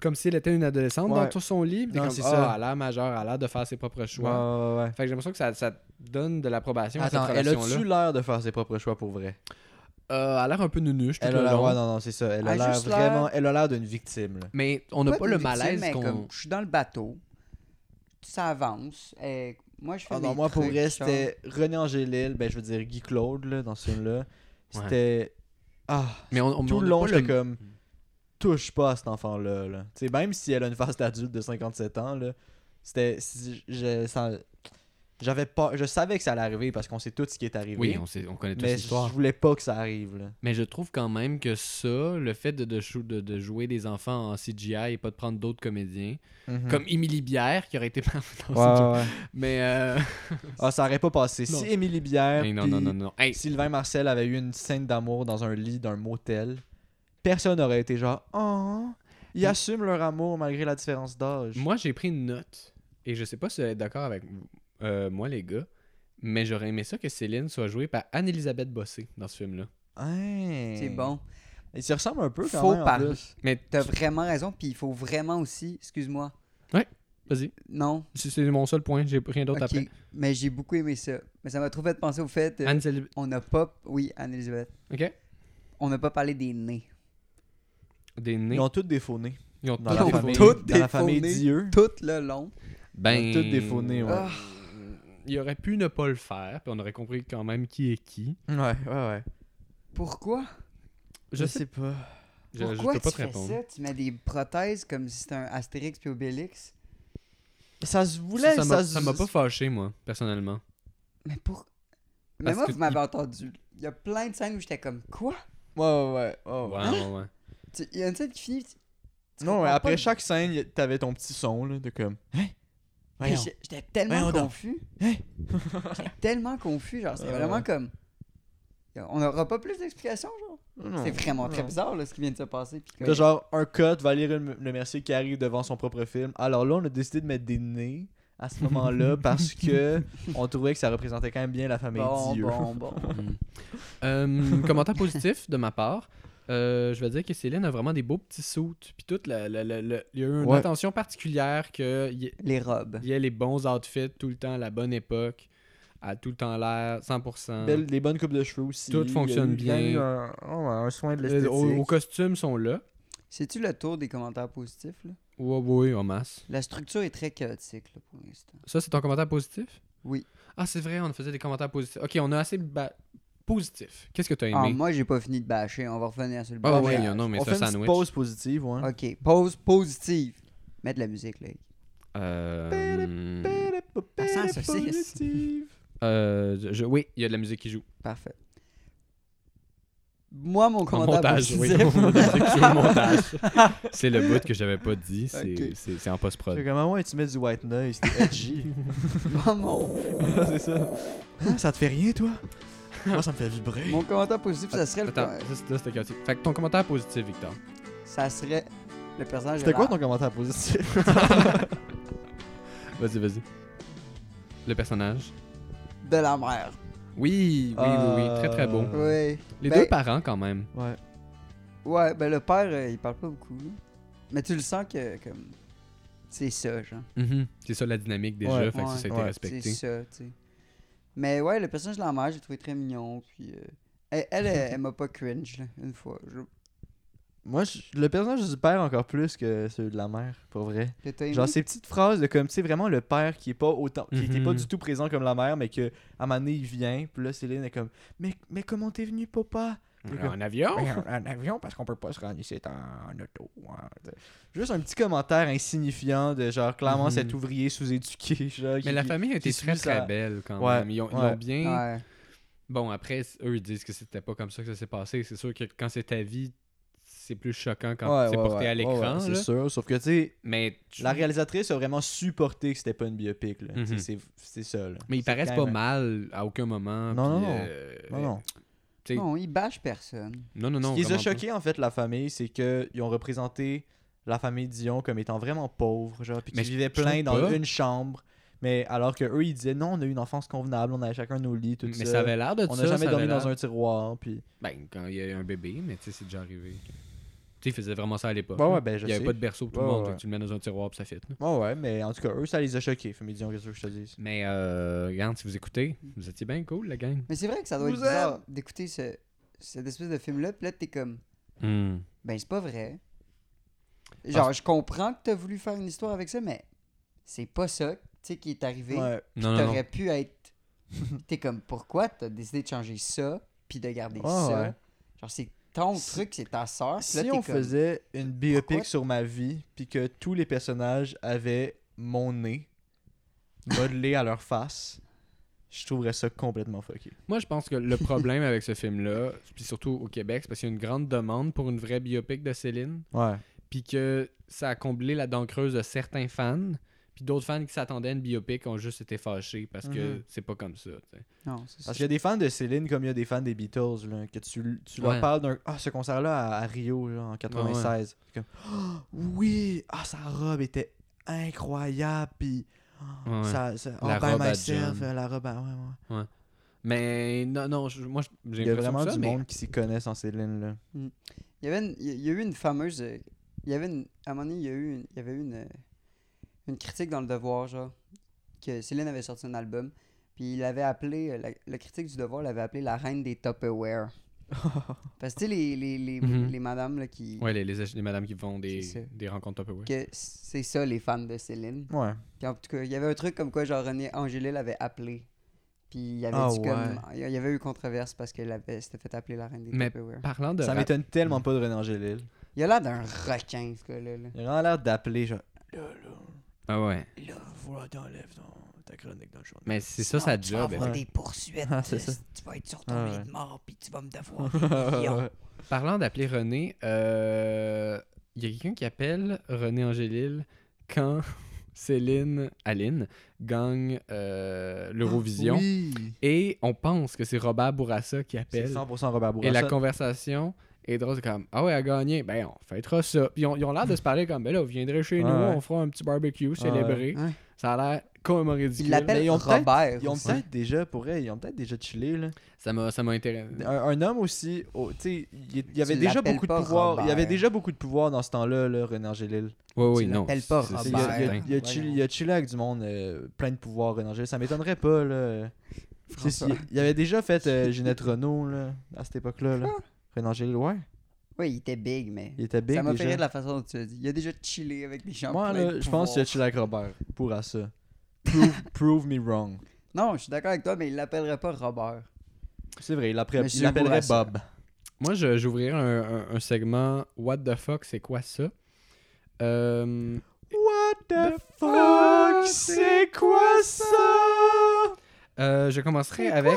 Speaker 2: comme si elle était une adolescente
Speaker 5: Ouais.
Speaker 2: dans tout son lit. Puis t'es
Speaker 5: Non,
Speaker 2: comme,
Speaker 5: c'est
Speaker 2: ah,
Speaker 5: ça.
Speaker 2: elle a l'air majeure, elle a l'air de faire ses propres
Speaker 5: Ouais,
Speaker 2: choix.
Speaker 5: ouais, ouais.
Speaker 2: Fait que j'ai l'impression que ça, ça donne de l'approbation à
Speaker 5: Attends,
Speaker 2: cette
Speaker 5: elle
Speaker 2: relation-là.
Speaker 5: a-tu l'air de faire ses propres choix pour vrai?
Speaker 2: Euh, elle a l'air un peu nunuche tout
Speaker 5: Elle
Speaker 2: le
Speaker 5: a l'air,
Speaker 2: long.
Speaker 5: ouais, non, non, c'est ça. Elle a
Speaker 4: Elle a
Speaker 5: l'air
Speaker 4: Ah, juste l'air-
Speaker 5: vraiment, elle a l'air d'une victime. Là.
Speaker 2: Mais on n'a pas,
Speaker 4: de
Speaker 2: le
Speaker 4: victime,
Speaker 2: malaise
Speaker 4: mais
Speaker 2: qu'on...
Speaker 4: comme, je suis dans le bateau, ça avance. et moi, je fais
Speaker 5: Ah
Speaker 4: mes
Speaker 5: non, moi, pour
Speaker 4: trucs,
Speaker 5: vrai,
Speaker 4: genre.
Speaker 5: c'était René Angélil, ben je veux dire Guy Claude, là, dans ce film-là. C'était. Ah,
Speaker 2: Mais on, on,
Speaker 5: tout
Speaker 2: on
Speaker 5: le
Speaker 2: a
Speaker 5: long,
Speaker 2: pas
Speaker 5: j'étais comme. Touche pas à cet enfant-là. Là. Tu sais, même si elle a une face d'adulte de 57 ans, là, c'était. si- je- ça- J'avais pas. Je savais que ça allait arriver parce qu'on sait tout ce qui est arrivé.
Speaker 2: Oui, on, sait, on connaît toute
Speaker 5: mais
Speaker 2: l'histoire.
Speaker 5: je voulais pas que ça arrive. Là.
Speaker 2: Mais je trouve quand même que ça, le fait de, de, chou- de- de jouer des enfants en CGI et pas de prendre d'autres comédiens,
Speaker 5: Mm-hmm.
Speaker 2: comme Émilie Bière, qui aurait été parfaite en CGI.
Speaker 5: Hmm. Ouais, ouais.
Speaker 2: Mais... euh,
Speaker 5: Ah, ça aurait pas passé.
Speaker 2: Non.
Speaker 5: Si Émilie Bière.
Speaker 2: hey, non, non,
Speaker 5: puis-
Speaker 2: non, non. Hey,
Speaker 5: Sylvain Marcel avait eu une scène d'amour dans un lit d'un motel, personne n'aurait été genre Oh, ils
Speaker 2: Mm.
Speaker 5: assument leur amour malgré la différence d'âge.
Speaker 2: Moi, j'ai pris une note, et je sais pas si vous êtes d'accord avec euh, moi, les gars, mais j'aurais aimé ça que Céline soit jouée par Anne-Elisabeth Bossé dans ce film-là.
Speaker 5: Hein.
Speaker 4: C'est bon.
Speaker 5: Ils se ressemblent un peu quand
Speaker 4: Faut
Speaker 5: même. en
Speaker 4: parler.
Speaker 5: plus.
Speaker 2: Mais
Speaker 4: T'as vraiment raison, puis il faut vraiment aussi. Excuse-moi.
Speaker 2: vas-y,
Speaker 4: Non.
Speaker 2: c'est c'est mon seul point, j'ai rien d'autre
Speaker 4: ok,
Speaker 2: après.
Speaker 4: Mais j'ai beaucoup aimé ça. Mais ça m'a trop fait penser au fait. euh,
Speaker 2: Anne-Elisabeth.
Speaker 4: on n'a pas. Oui, Anne-Elisabeth.
Speaker 2: Ok?
Speaker 4: On n'a pas parlé des nez.
Speaker 2: Des nez.
Speaker 5: Ils ont tous des faux nés.
Speaker 2: Ils ont
Speaker 5: Dans
Speaker 2: tous
Speaker 5: la
Speaker 2: des
Speaker 5: famille,
Speaker 2: faux-
Speaker 4: tous
Speaker 5: dans
Speaker 4: des
Speaker 5: la famille
Speaker 4: faux nez.
Speaker 5: Dieu.
Speaker 4: Tout le long.
Speaker 2: Ben.
Speaker 5: Ils ont tous des faux nés, ouais.
Speaker 4: Ah.
Speaker 2: Il aurait pu ne pas le faire, puis on aurait compris quand même qui est qui.
Speaker 5: Ouais, ouais, ouais.
Speaker 4: Pourquoi
Speaker 2: Je sais,
Speaker 5: pas.
Speaker 2: je, je
Speaker 4: Pourquoi
Speaker 2: peux pas
Speaker 4: tu
Speaker 2: te
Speaker 4: fais
Speaker 2: répondre.
Speaker 4: ça Tu mets des prothèses comme si c'était un Astérix puis Obélix.
Speaker 5: Ça se
Speaker 2: Ça,
Speaker 5: voulait,
Speaker 2: ça m'a-
Speaker 5: ça, se-
Speaker 2: ça m'a pas fâché, moi, personnellement.
Speaker 4: Mais pour. Mais
Speaker 2: Parce
Speaker 4: moi,
Speaker 2: que
Speaker 4: vous m'avez entendu. Il y a plein de scènes où j'étais comme quoi
Speaker 5: Ouais, ouais, ouais. ouais,
Speaker 2: Ouais,
Speaker 5: ouais.
Speaker 2: ouais, ouais.
Speaker 4: Tu- Il y a une scène qui finit. tu- tu
Speaker 5: Non,
Speaker 4: comprends
Speaker 5: ouais,
Speaker 4: Ah, pas
Speaker 5: après
Speaker 4: le-
Speaker 5: chaque scène, y- t'avais ton petit son là, de comme. Hein?
Speaker 4: Mais
Speaker 5: Voyons.
Speaker 4: j'ai- J'étais tellement
Speaker 5: Voyons donc.
Speaker 4: confus.
Speaker 5: Hein?
Speaker 4: J'étais tellement confus. Genre, c'est
Speaker 5: Ouais,
Speaker 4: vraiment
Speaker 5: ouais.
Speaker 4: comme. On n'aura pas plus d'explications, genre.
Speaker 5: Non.
Speaker 4: C'est vraiment très
Speaker 5: non.
Speaker 4: bizarre, là, ce qui vient de se passer. puis comme-
Speaker 5: T'as genre un cut, Valérie Le Le Mercier qui arrive devant son propre film. Alors là, on a décidé de mettre des nez à ce moment-là parce que on trouvait que ça représentait quand même bien la famille
Speaker 4: bon,
Speaker 5: Dieu.
Speaker 4: bon, bon.
Speaker 2: Mm. Euh, commentaire positif de ma part. Euh, je vais dire que Céline a vraiment des beaux petits sauts. Puis toute la, la- la- la- il y a eu une
Speaker 5: Ouais.
Speaker 2: attention particulière qu'il y ait-
Speaker 4: Les robes.
Speaker 2: il y ait les bons outfits tout le temps à la bonne époque, à tout le temps l'air, 100%.
Speaker 5: Belle- les bonnes coupes de cheveux aussi.
Speaker 2: Tout
Speaker 5: Il y a
Speaker 2: fonctionne
Speaker 5: eu- il y a
Speaker 2: bien. Euh,
Speaker 5: eu un, oh, un soin de
Speaker 2: Les
Speaker 5: l'esthétique.
Speaker 2: aux, aux costumes sont là.
Speaker 4: C'est-tu le tour des commentaires positifs, là?
Speaker 2: Oui, oui, en masse.
Speaker 4: La structure est très chaotique, là, pour l'instant.
Speaker 2: Ça, c'est ton commentaire positif
Speaker 4: Oui.
Speaker 2: Ah, c'est vrai, on faisait des commentaires positifs. Ok, on a assez ba- positif. Qu'est-ce que t'as
Speaker 4: Ah,
Speaker 2: aimé
Speaker 4: moi, j'ai pas fini de bâcher. On va revenir sur le
Speaker 2: Ah,
Speaker 4: bâchage.
Speaker 2: oui, non, mais
Speaker 5: on
Speaker 2: ça,
Speaker 5: fait une petite
Speaker 2: sandwich.
Speaker 5: pause positive, ouais.
Speaker 4: OK, pause positive. Mets de la musique, là.
Speaker 2: Euh,
Speaker 4: Ça sent la saucisse.
Speaker 2: euh, je- oui, il y a de la musique qui joue.
Speaker 4: Parfait. Moi, mon
Speaker 2: En
Speaker 4: commentaire
Speaker 2: montage, oui.
Speaker 4: positif-
Speaker 2: La musique qui joue au montage. C'est le bout que j'avais pas dit. C'est
Speaker 4: Ok.
Speaker 2: c'est- c'est en
Speaker 5: C'est
Speaker 2: post-prod.
Speaker 5: comme, ah ouais, tu mets du white noise, t'es edgy.
Speaker 4: Moi, mon,
Speaker 5: c'est ça. Hein, ça te fait rien, toi Moi, ça me fait vibrer.
Speaker 4: mon commentaire positif, ça serait le,
Speaker 2: Attends, ça, c'est- là, c'était chaotique. Fait que ton commentaire positif, Victor.
Speaker 4: ça serait le personnage de
Speaker 5: C'était quoi
Speaker 4: la-
Speaker 5: ton commentaire positif
Speaker 2: Vas-y, vas-y. Le personnage.
Speaker 4: de la mère.
Speaker 2: Oui, oui, oui, oui. Très, très beau.
Speaker 4: Oui.
Speaker 2: Les
Speaker 4: ben-
Speaker 2: deux parents, quand même.
Speaker 5: Ouais.
Speaker 4: Ouais, ben le père, euh, il parle pas beaucoup. là. Mais tu le sens que comme c'est ça, genre.
Speaker 2: Mhm. C'est ça la dynamique déjà.
Speaker 5: Ouais,
Speaker 2: fait que ça, ça a été
Speaker 5: ouais.
Speaker 4: C'est
Speaker 2: respecté.
Speaker 4: ça, tu sais. Mais ouais, le personnage de la mère, j'ai trouvé très mignon. Puis euh, elle, elle, elle, elle m'a pas cringe là, une fois. Je-
Speaker 5: Moi, je- le personnage du père encore plus que celui de la mère, pour vrai.
Speaker 4: j'étais aimé.
Speaker 5: Genre ces petites phrases de comme, tu sais, vraiment le père qui est pas autant, qui était pas
Speaker 2: Mhm.
Speaker 5: du tout présent comme la mère, mais que à un moment donné, il vient, puis là, Céline est comme, mais, mais comment t'es venu, papa
Speaker 2: En avion?
Speaker 5: un avion parce qu'on peut pas se rendre ici en auto. hein, Juste un petit commentaire insignifiant de genre clairement
Speaker 2: Mhm.
Speaker 5: cet ouvrier sous-éduqué. genre,
Speaker 2: Mais
Speaker 5: qui-
Speaker 2: la famille a été
Speaker 5: qui suit
Speaker 2: très,
Speaker 5: sa-
Speaker 2: très belle quand
Speaker 5: Ouais,
Speaker 2: même. Ils ont, ils
Speaker 5: ouais.
Speaker 2: ont bien.
Speaker 4: Ouais.
Speaker 2: Bon, après, c- eux, ils disent que c'était pas comme ça que ça s'est passé. C'est sûr que quand c'est ta vie, c'est plus choquant quand
Speaker 5: Ouais,
Speaker 2: c'est
Speaker 5: ouais,
Speaker 2: porté
Speaker 5: ouais,
Speaker 2: à l'écran.
Speaker 5: ouais, ouais, c'est
Speaker 2: là.
Speaker 5: sûr. Sauf que tu sais,
Speaker 2: Mais, tu-
Speaker 5: la réalisatrice a vraiment supporté que c'était pas une biopic. là.
Speaker 2: Mhm. Euh,
Speaker 5: Tu sais, C'est c'est ça. là.
Speaker 2: mais ils
Speaker 5: C'est
Speaker 2: paraissent
Speaker 5: quand
Speaker 2: pas
Speaker 5: même-
Speaker 2: mal à aucun moment.
Speaker 5: Non,
Speaker 2: puis,
Speaker 5: non,
Speaker 2: euh,
Speaker 5: Non, non.
Speaker 2: Et-
Speaker 4: Non, il bâche personne.
Speaker 2: non, non, non,
Speaker 5: Ce qui les a
Speaker 2: vraiment pas.
Speaker 5: choqués, en fait, la famille, c'est qu'ils ont représenté la famille Dion comme étant vraiment pauvre, genre, puis
Speaker 2: Mais
Speaker 5: qu'ils
Speaker 2: je-
Speaker 5: vivaient
Speaker 2: je
Speaker 5: plein
Speaker 2: trouve
Speaker 5: dans
Speaker 2: pas.
Speaker 5: une chambre. Mais alors que eux, ils disaient non, on a eu une enfance convenable, on avait chacun nos lits, tout
Speaker 2: Mais
Speaker 5: ça.
Speaker 2: ça avait l'air de
Speaker 5: on
Speaker 2: ça.
Speaker 5: n'a jamais
Speaker 2: ça
Speaker 5: dormi
Speaker 2: avait
Speaker 5: dans
Speaker 2: l'air-
Speaker 5: un tiroir, puis.
Speaker 2: Ben, quand il y a eu un bébé, mais tu sais, c'est déjà arrivé. Tu sais, ils faisaient vraiment ça à l'époque.
Speaker 5: Ouais,
Speaker 2: là.
Speaker 5: ouais, ben, je
Speaker 2: il n'y avait
Speaker 5: sais.
Speaker 2: pas de berceau pour tout
Speaker 5: Ouais,
Speaker 2: le monde.
Speaker 5: ouais.
Speaker 2: donc Tu le mets dans un tiroir puis ça fit. là.
Speaker 5: Ouais, ouais, mais en tout cas, eux, ça les a choqués. Fait, mais disons, qu'est-ce que je te dis
Speaker 2: Mais, euh, regarde, si vous écoutez, vous étiez bien cool, la gang.
Speaker 4: Mais c'est vrai que ça doit être
Speaker 5: Vous
Speaker 4: bizarre d'écouter ce, cette espèce de film-là. Puis là, t'es comme,
Speaker 2: Hmm.
Speaker 4: ben c'est pas vrai. Genre, je comprends que t'as voulu faire une histoire avec ça, mais c'est pas ça, tu sais, qui est arrivé.
Speaker 5: Ouais.
Speaker 2: Non, non, non.
Speaker 4: T'aurais pu être. T'es comme, pourquoi t'as décidé de changer ça, puis de garder
Speaker 5: Ah,
Speaker 4: ça?
Speaker 5: ouais.
Speaker 4: Genre, c'est ton
Speaker 5: Si-
Speaker 4: truc, c'est ta soeur. puis Ah, là,
Speaker 5: Si
Speaker 4: t'es
Speaker 5: on
Speaker 4: comme,
Speaker 5: faisait une biopic
Speaker 4: Pourquoi?
Speaker 5: sur ma vie, puis que tous les personnages avaient mon nez modelé à leur face, je trouverais ça complètement fucké.
Speaker 2: Moi, je pense que le problème avec ce film-là, puis surtout au Québec, c'est parce qu'il y a une grande demande pour une vraie biopic de Céline,
Speaker 5: Ouais.
Speaker 2: puis que ça a comblé la dent creuse de certains fans, puis d'autres fans qui s'attendaient à une biopic ont juste été fâchés parce
Speaker 5: Mhm.
Speaker 2: que c'est pas comme ça. tu sais.
Speaker 4: Non, c'est ça.
Speaker 5: Parce qu'il y a des fans de Céline comme il y a des fans des Beatles, là, que tu, tu leur
Speaker 2: Ouais.
Speaker 5: parles d'un. Ah, ce concert-là à, à Rio, là, en 96. Comme, Ah, oui, ah, sa robe était incroyable, puis. ah,
Speaker 2: Ouais.
Speaker 5: Ça, ça,
Speaker 2: La
Speaker 5: all by
Speaker 2: robe à
Speaker 5: myself,
Speaker 2: John.
Speaker 5: euh, la robe à. ouais, ouais.
Speaker 2: Mais non, non, je- moi, je- j'ai
Speaker 5: Il y a
Speaker 2: l'impression
Speaker 5: vraiment
Speaker 2: que ça,
Speaker 5: du
Speaker 2: mais-
Speaker 5: monde qui s'y connaissent en Céline, là.
Speaker 4: Il y, avait une- il y a eu une fameuse. euh, Il y avait une, à un moment donné, il y, a eu une- il y avait eu une, euh, une critique dans Le Devoir, genre, que Céline avait sorti un album, puis il l'avait appelé, euh, la, la critique du Devoir l'avait appelé la reine des Tupperware. Parce que, tu sais, les, les, les,
Speaker 2: Mhm.
Speaker 4: les madames là, qui.
Speaker 2: Ouais, les, les, les madames qui font
Speaker 4: C'est
Speaker 2: des,
Speaker 4: ça.
Speaker 2: des rencontres Tupperware.
Speaker 4: Que c'est ça, les fans de Céline.
Speaker 5: Ouais.
Speaker 4: Puis en tout cas, il y avait un truc comme quoi, genre, René Angélil avait appelé. Puis il avait
Speaker 5: Ah
Speaker 4: dit
Speaker 5: ouais.
Speaker 4: comme. Il y avait eu controverse parce qu'elle avait- s'était fait appeler la reine des
Speaker 2: Mais
Speaker 4: Tupperware.
Speaker 2: Parlant de.
Speaker 5: Ça
Speaker 2: rap-
Speaker 5: m'étonne tellement pas de René Angélil.
Speaker 4: Il a l'air d'un requin, ce gars-là. là.
Speaker 5: Il a vraiment l'air d'appeler, genre. Là,
Speaker 2: Ah ouais.
Speaker 5: là, là, voilà, t'enlèves ton- ta chronique dans le journal.
Speaker 2: Mais c'est ça sa
Speaker 4: Tu vas
Speaker 2: job.
Speaker 4: avoir
Speaker 5: ouais.
Speaker 4: des poursuites. euh,
Speaker 5: Ah, c'est ça.
Speaker 4: Tu vas être sur ton
Speaker 5: Ah,
Speaker 4: lit
Speaker 5: ouais.
Speaker 4: de mort, puis tu vas me devoir des millions.
Speaker 2: Parlant d'appeler René, euh, il y a quelqu'un qui appelle René Angélil quand Céline Aline gagne euh, l'Eurovision.
Speaker 5: Ah, Oui.
Speaker 2: Et on pense que c'est Robert Bourassa qui
Speaker 5: C'est
Speaker 2: appelle.
Speaker 5: 100% Robert
Speaker 2: Et
Speaker 5: Bourassa.
Speaker 2: la conversation est drôle, c'est comme Ah ouais, elle a gagné, ben on fêtera ça. Puis on- ils ont l'air de se parler comme Ben là, vous viendrez chez
Speaker 5: Ouais,
Speaker 2: nous,
Speaker 5: ouais.
Speaker 2: on fera un petit barbecue, célébrer.
Speaker 4: Ouais.
Speaker 2: Ça a l'air comme ridicule.
Speaker 4: Il l'appelle
Speaker 5: ils ont peut-être-
Speaker 4: Robert.
Speaker 5: Ils ont
Speaker 4: aussi.
Speaker 5: peut-être déjà, pour elle, ils ont peut-être déjà chillé, là.
Speaker 2: Ça m'a ça m'a intéressé.
Speaker 5: Un, un homme aussi, oh, tu sais, il y- il y avait
Speaker 4: Tu
Speaker 5: déjà
Speaker 4: l'appelles
Speaker 5: beaucoup de
Speaker 4: pas
Speaker 5: pouvoir. Il y avait
Speaker 4: Robert.
Speaker 5: déjà beaucoup de pouvoir dans ce temps-là, là, René Angélil.
Speaker 2: Oui, oui,
Speaker 4: Tu
Speaker 2: non.
Speaker 4: l'appelles pas
Speaker 2: c'est-
Speaker 5: Tu sais,
Speaker 2: c'est
Speaker 5: Il a, il a-
Speaker 2: certain.
Speaker 5: il a chill- il a chillé avec du monde euh, plein de pouvoir, René Angélil. Ça m'étonnerait pas, là. Tu sais,
Speaker 4: François.
Speaker 5: il, il avait déjà fait euh, Ginette Renault, là, à cette époque-là. Là. René Angélil, ouais.
Speaker 4: Oui, il était big, mais.
Speaker 5: Il était big.
Speaker 4: Ah. ça m'a fait
Speaker 5: déjà.
Speaker 4: rire de la façon dont tu l'as dit. Il a déjà chillé avec des gens.
Speaker 5: Moi,
Speaker 4: pleins
Speaker 5: là,
Speaker 4: de
Speaker 5: je pense qu'il a
Speaker 4: pouvoir.
Speaker 5: chillé avec Robert pour à ça. Prove, prove me wrong.
Speaker 4: Non, je suis d'accord avec toi, mais il l'appellerait pas Robert.
Speaker 5: C'est vrai, il l'appellerait
Speaker 4: Monsieur
Speaker 5: il l'appellerait
Speaker 4: Bourassa.
Speaker 5: Bob.
Speaker 2: Moi, je- j'ouvrirais un, un- un segment What the fuck, c'est quoi ça Euh,
Speaker 5: What the fuck? C'est quoi ça?
Speaker 2: Euh, je commencerai avec.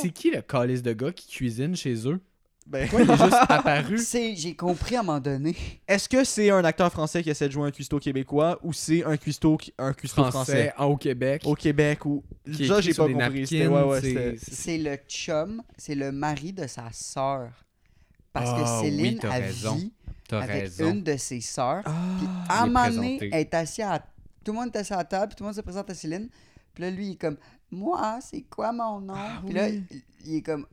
Speaker 2: C'est qui le calice de gars qui cuisine chez eux
Speaker 5: Ben,
Speaker 2: Pourquoi il est juste apparu
Speaker 4: C'est- J'ai compris à un moment donné.
Speaker 5: Est-ce que c'est un acteur français qui essaie de jouer un cuistot québécois ou c'est un cuistot, qui- un cuistot français,
Speaker 2: français en- au Québec
Speaker 5: au Québec ou
Speaker 2: qui
Speaker 5: ça
Speaker 2: écrit
Speaker 5: j'ai
Speaker 2: sur
Speaker 5: pas
Speaker 2: des
Speaker 5: compris. C'était-
Speaker 2: napkins,
Speaker 5: ouais, ouais,
Speaker 2: c'est-
Speaker 5: c'était-
Speaker 2: c'est-
Speaker 4: C'est le chum, c'est le mari de sa sœur. Parce
Speaker 2: Ah,
Speaker 4: que
Speaker 2: oui,
Speaker 4: Céline
Speaker 2: t'as
Speaker 4: a
Speaker 2: raison.
Speaker 4: vie
Speaker 2: T'as
Speaker 4: avec
Speaker 2: raison.
Speaker 4: une de ses sœurs.
Speaker 5: Ah!
Speaker 4: Puis
Speaker 2: il
Speaker 4: à
Speaker 2: est
Speaker 4: un moment donné,
Speaker 2: présenté.
Speaker 4: elle est assise à... Tout le monde est assis à la table, puis tout le monde se présente à Céline. Puis là, lui, il est comme « Moi, hein, c'est quoi mon nom? Puis là,
Speaker 5: Ah oui.
Speaker 4: il- il est comme...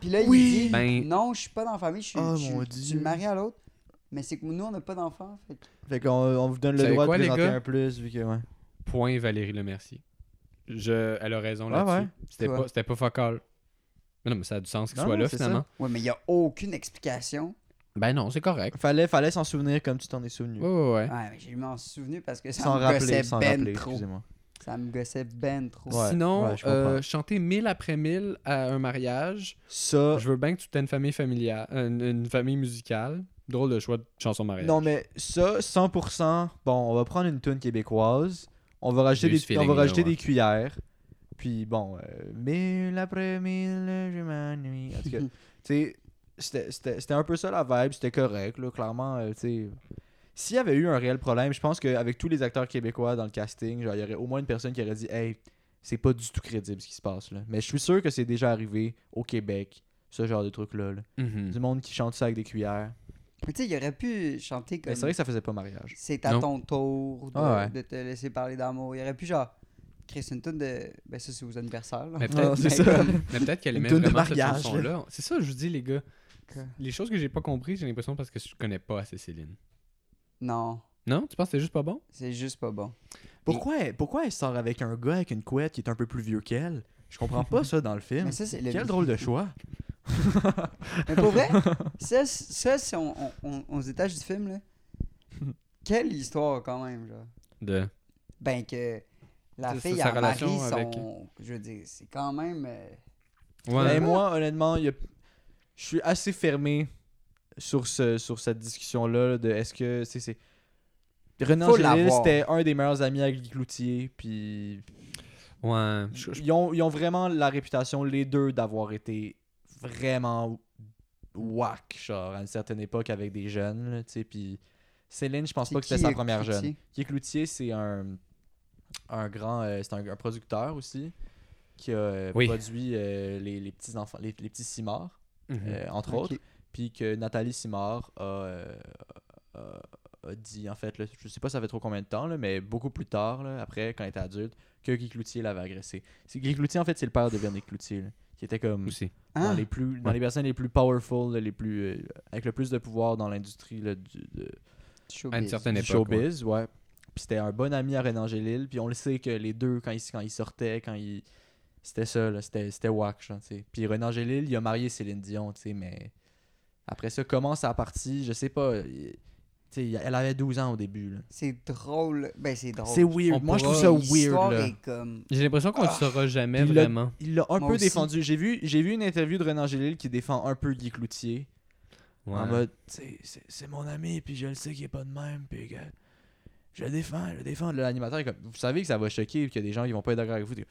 Speaker 4: Puis là, il dit
Speaker 2: Ben-
Speaker 4: Non, je suis pas dans la famille, je suis,
Speaker 5: Oh,
Speaker 4: je suis-
Speaker 5: mon
Speaker 4: je suis
Speaker 5: Dieu.
Speaker 4: marié à l'autre. » Mais c'est que nous, on n'a pas d'enfants. fait que-
Speaker 5: Fait qu'on on vous donne
Speaker 2: Vous
Speaker 5: le
Speaker 2: savez
Speaker 5: droit
Speaker 2: quoi,
Speaker 5: de
Speaker 2: les
Speaker 5: présenter
Speaker 2: gars?
Speaker 5: un plus vu que ouais.
Speaker 2: Point Valérie Lemercier. Je... Elle a raison
Speaker 5: Ah
Speaker 2: là-dessus.
Speaker 5: ouais?
Speaker 2: C'était
Speaker 4: Quoi?
Speaker 2: pas, c'était pas focal. Mais non, mais ça a du sens qu'il
Speaker 5: Non,
Speaker 2: soit
Speaker 5: non,
Speaker 2: là
Speaker 5: c'est ça.
Speaker 2: finalement.
Speaker 4: Ouais, mais il n'y a aucune explication.
Speaker 2: Ben non, c'est correct.
Speaker 5: Fallait fallait s'en souvenir comme tu t'en es souvenu.
Speaker 2: Ouais, ouais, ouais.
Speaker 4: Ouais, mais je m'en souvenir parce que ça
Speaker 5: Sans
Speaker 4: me
Speaker 5: rappeler,
Speaker 4: gossait
Speaker 5: sans
Speaker 4: ben
Speaker 5: rappeler,
Speaker 4: trop.
Speaker 5: excusez-moi.
Speaker 4: Ça me gossait ben trop.
Speaker 5: Ouais,
Speaker 2: Sinon,
Speaker 5: ouais, je comprends.
Speaker 2: euh, chanter mille après mille à un mariage,
Speaker 5: Ça
Speaker 2: je veux bien que tu aies une famille familiale, une, une famille musicale. Drôle de choix de chanson mariage.
Speaker 5: Non, mais ça, 100%, bon, on va prendre une toune québécoise, on va
Speaker 2: J'ai
Speaker 5: rajouter,
Speaker 2: eu ce
Speaker 5: des, on va
Speaker 2: feeling-là,
Speaker 5: rajouter
Speaker 2: ouais.
Speaker 5: des cuillères, puis bon, euh, mille après mille, je m'ennuie. En tout cas, tu sais, c'était- c'était c'était un peu ça la vibe, c'était correct, là, clairement, euh, tu sais. S'il y avait eu un réel problème, je pense qu'avec tous les acteurs québécois dans le casting, genre, il y aurait au moins une personne qui aurait dit, hey, c'est pas du tout crédible ce qui se passe, là. Mais je suis sûr que c'est déjà arrivé au Québec, ce genre de truc-là. là.
Speaker 2: Mhm.
Speaker 5: Du monde qui chante ça avec des cuillères.
Speaker 4: Mais tu sais, il aurait pu chanter
Speaker 5: Mais
Speaker 4: comme
Speaker 5: c'est vrai que ça faisait pas mariage.
Speaker 4: C'est à
Speaker 2: Non.
Speaker 4: ton tour de,
Speaker 5: Ah ouais.
Speaker 4: de te laisser parler d'amour. Il aurait pu, genre, créer une tune de. Ben, ça, c'est vos anniversaires. là.
Speaker 2: Mais
Speaker 5: Non,
Speaker 2: peut-être
Speaker 5: Ah, c'est
Speaker 4: Mais
Speaker 5: ça.
Speaker 4: comme-
Speaker 2: Mais peut-être qu'elle
Speaker 5: Une
Speaker 2: aimait
Speaker 5: toune de
Speaker 2: vraiment cette
Speaker 5: mariage,
Speaker 2: chanson-là. C'est ça, je vous dis, les gars.
Speaker 4: Que-
Speaker 2: Les choses que j'ai pas compris, j'ai l'impression parce que je connais pas assez Céline.
Speaker 4: Non,
Speaker 2: Non, tu penses que c'est juste pas bon?
Speaker 4: c'est juste pas bon.
Speaker 5: Pourquoi, elle- pourquoi elle sort avec un gars avec une couette qui est un peu plus vieux qu'elle Je comprends pas ça dans le film.
Speaker 4: Mais ça, c'est le.
Speaker 5: Quel drôle de choix.
Speaker 4: Mais pour vrai, ça, c- ça si on, on, on- on se détache du film, là. Quelle histoire, quand même, genre.
Speaker 2: De...
Speaker 4: Ben, que la
Speaker 2: C'est-
Speaker 4: fille
Speaker 2: c'est sa
Speaker 4: a mari
Speaker 2: relation
Speaker 4: son.
Speaker 2: avec-
Speaker 4: Je veux dire, c'est quand même. euh,
Speaker 2: Ouais.
Speaker 5: Mais Ben, moi, honnêtement, il y a- je suis assez fermé sur, ce, sur cette discussion-là là, de est-ce que c'est. c'est... René
Speaker 4: Faut
Speaker 5: Angélil,
Speaker 4: l'avoir.
Speaker 5: c'était un des meilleurs amis avec Guy Cloutier, puis
Speaker 2: Ouais. Je- je-
Speaker 5: ils ont, ils ont vraiment la réputation, les deux, d'avoir été vraiment whack, genre, à une certaine époque avec des jeunes, là, tu sais, puis Céline, je pense
Speaker 4: c'est
Speaker 5: pas que c'était
Speaker 4: qui,
Speaker 5: sa
Speaker 4: euh,
Speaker 5: première jeune.
Speaker 4: Cloutier?
Speaker 5: Guy Cloutier, c'est un, un grand, euh, c'est un, un producteur aussi qui a euh,
Speaker 2: Oui.
Speaker 5: produit euh, les, les petits enfants, les, les petits Simard,
Speaker 2: Mhm.
Speaker 5: euh, entre
Speaker 4: Ok.
Speaker 5: autres, puis que Nathalie Simard a, euh, a- a dit en fait, là, je sais pas ça fait trop combien de temps, là, mais beaucoup plus tard, là, après quand elle était adulte, que Guy Cloutier l'avait agressé. C'est- Guy Cloutier en fait c'est le père de Véronique Cloutier, là, qui était comme
Speaker 2: Aussi.
Speaker 5: dans
Speaker 4: Hein?
Speaker 5: les plus dans les personnes les plus powerful, là, les plus euh, avec le plus de pouvoir dans l'industrie là, du- de,
Speaker 4: Showbiz.
Speaker 2: À une certaine
Speaker 5: du
Speaker 2: époque. ouais.
Speaker 5: showbiz, ouais. Puis c'était un bon ami à René Angélil. Puis on le sait que les deux, quand ils, quand ils sortaient, quand ils. C'était ça, là. C'était c'était whack, genre, tu sais. Puis René Angélil, il a marié Céline Dion, tu sais, mais. Après ça, comment ça a parti, je sais pas. il- Tu sais, elle avait 12 ans au début, là.
Speaker 4: C'est drôle. Ben, c'est drôle.
Speaker 5: C'est weird.
Speaker 2: On
Speaker 5: Moi, je trouve
Speaker 2: pourra-
Speaker 5: ça
Speaker 4: L'histoire
Speaker 5: weird, là.
Speaker 4: est comme.
Speaker 2: J'ai l'impression
Speaker 5: Ah,
Speaker 2: qu'on ne le saura jamais
Speaker 5: Puis là-
Speaker 2: vraiment.
Speaker 5: Il l'a un
Speaker 4: Moi
Speaker 5: peu
Speaker 4: aussi.
Speaker 5: défendu. J'ai vu, j'ai vu une interview de René Angélil qui défend un peu Guy Cloutier. En
Speaker 2: Ouais.
Speaker 5: mode, tu sais, c'est c'est mon ami, puis je le sais qu'il est pas de même, puis que je le défends, je le défends. Là, L'animateur est comme, vous savez que ça va choquer, puis qu'il y a des gens qui vont pas être d'accord avec vous. t'es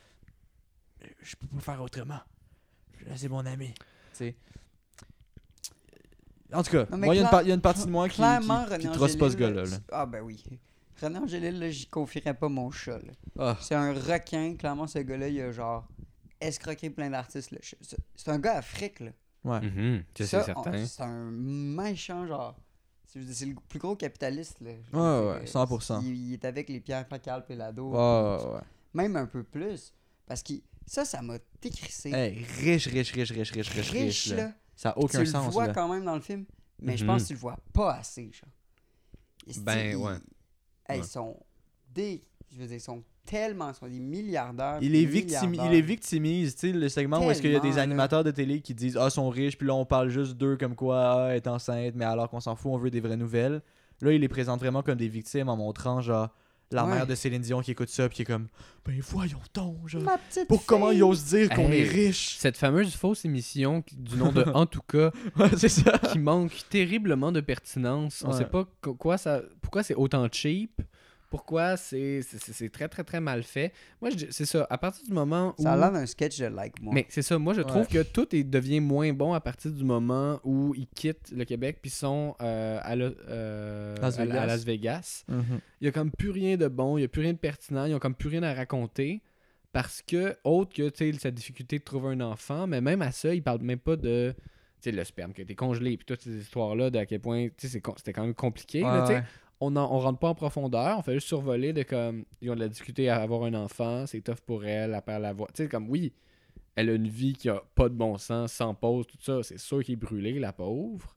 Speaker 5: comme, Je peux pas faire autrement. Là, c'est mon ami. Tu sais. En tout cas,
Speaker 4: Non, mais
Speaker 5: moi, il y, a une
Speaker 4: cla-
Speaker 5: par- il y a une partie de moi qui,
Speaker 4: Clairement,
Speaker 5: qui, qui
Speaker 4: René
Speaker 5: trosse pas ce
Speaker 4: Angélil,
Speaker 5: gars-là. là.
Speaker 4: tu- Ah, ben oui. René Angélil, là, j'y confierais pas mon chat. là.
Speaker 5: Ah.
Speaker 4: C'est un requin. Clairement, ce gars-là, il a genre escroqué plein d'artistes. là. Je- c'est- C'est un gars à fric, là.
Speaker 5: Ouais.
Speaker 2: Mhm, ça,
Speaker 4: Ça,
Speaker 2: c'est
Speaker 4: on-
Speaker 2: certain.
Speaker 4: C'est un méchant, genre. C'est je veux dire, c'est le plus gros capitaliste, là. Je veux
Speaker 5: Ouais,
Speaker 4: dire,
Speaker 5: ouais,
Speaker 4: euh,
Speaker 5: 100%.
Speaker 4: Il, il est avec les Pierre Facal et Lado.
Speaker 5: Ouais, ouais, ouais.
Speaker 4: Même un peu plus. Parce que ça, ça m'a décrissé.
Speaker 5: Hey, riche, riche, riche, riche, riche, riche, riche. là. Ça a aucun
Speaker 4: tu le
Speaker 5: sens.
Speaker 4: vois
Speaker 5: là. Mm-hmm.
Speaker 4: quand même dans le film, mais je
Speaker 2: Mhm.
Speaker 4: pense que tu le vois pas assez, genre. Esti,
Speaker 2: Ben,
Speaker 4: ils-
Speaker 2: ouais.
Speaker 4: hey,
Speaker 2: Ouais.
Speaker 4: Ils sont des. Je veux dire, ils sont tellement. Ils sont des milliardaires.
Speaker 5: Il
Speaker 4: puis
Speaker 5: est, victimi-
Speaker 4: milliardaires.
Speaker 5: il est victimise, tu sais, le segment où est-ce qu'il y a
Speaker 4: Tellement,
Speaker 5: des
Speaker 4: là.
Speaker 5: animateurs de télé qui disent « Ah, sont riches », puis là, on parle juste d'eux comme quoi « Ah, elle est enceinte », mais alors qu'on s'en fout, on veut des vraies nouvelles. Là, il les présente vraiment comme des victimes en montrant, genre, la
Speaker 4: Ouais.
Speaker 5: mère de Céline Dion qui écoute ça, puis qui est comme « Ben voyons donc, genre,
Speaker 4: Ma petite
Speaker 5: pour comment
Speaker 4: fille.
Speaker 5: ils osent dire qu'on
Speaker 2: Hey.
Speaker 5: est riche
Speaker 2: Cette fameuse fausse émission qui- du nom de En tout cas, ».
Speaker 5: Ouais, c'est ça.
Speaker 2: qui manque terriblement de pertinence. On
Speaker 5: Ouais.
Speaker 2: sait pas co- quoi ça, pourquoi c'est autant cheap. Pourquoi c'est c'est- c'est- c'est très, très, très mal fait. Moi, je dis- c'est ça. À partir du moment où.
Speaker 4: Ça a l'air d'un sketch de Like Moi.
Speaker 2: Mais c'est ça, moi je trouve que tout est- devient moins bon à partir du moment où ils quittent le Québec puis sont euh, à, Lo- euh,
Speaker 5: Las
Speaker 2: à- à
Speaker 5: Vegas.
Speaker 2: Las Vegas. Il y a comme plus rien de bon, il y a plus rien de pertinent, ils ont comme plus rien à raconter parce que autre que tu sais sa difficulté de trouver un enfant, mais même à ça, ils parlent même pas de tu sais, le sperme qui a été congelé puis toutes ces histoires là de à quel point tu sais, c'est con- c'était quand même compliqué là, tu sais. on en- on rentre pas en profondeur, on fait juste survoler de comme ils ont de la difficulté à avoir un enfant, c'est tough pour elle, à perdre la voix. Tu sais comme oui, elle a une vie qui a pas de bon sens, sans pause, tout ça, c'est sûr qu'il est brûlé la pauvre.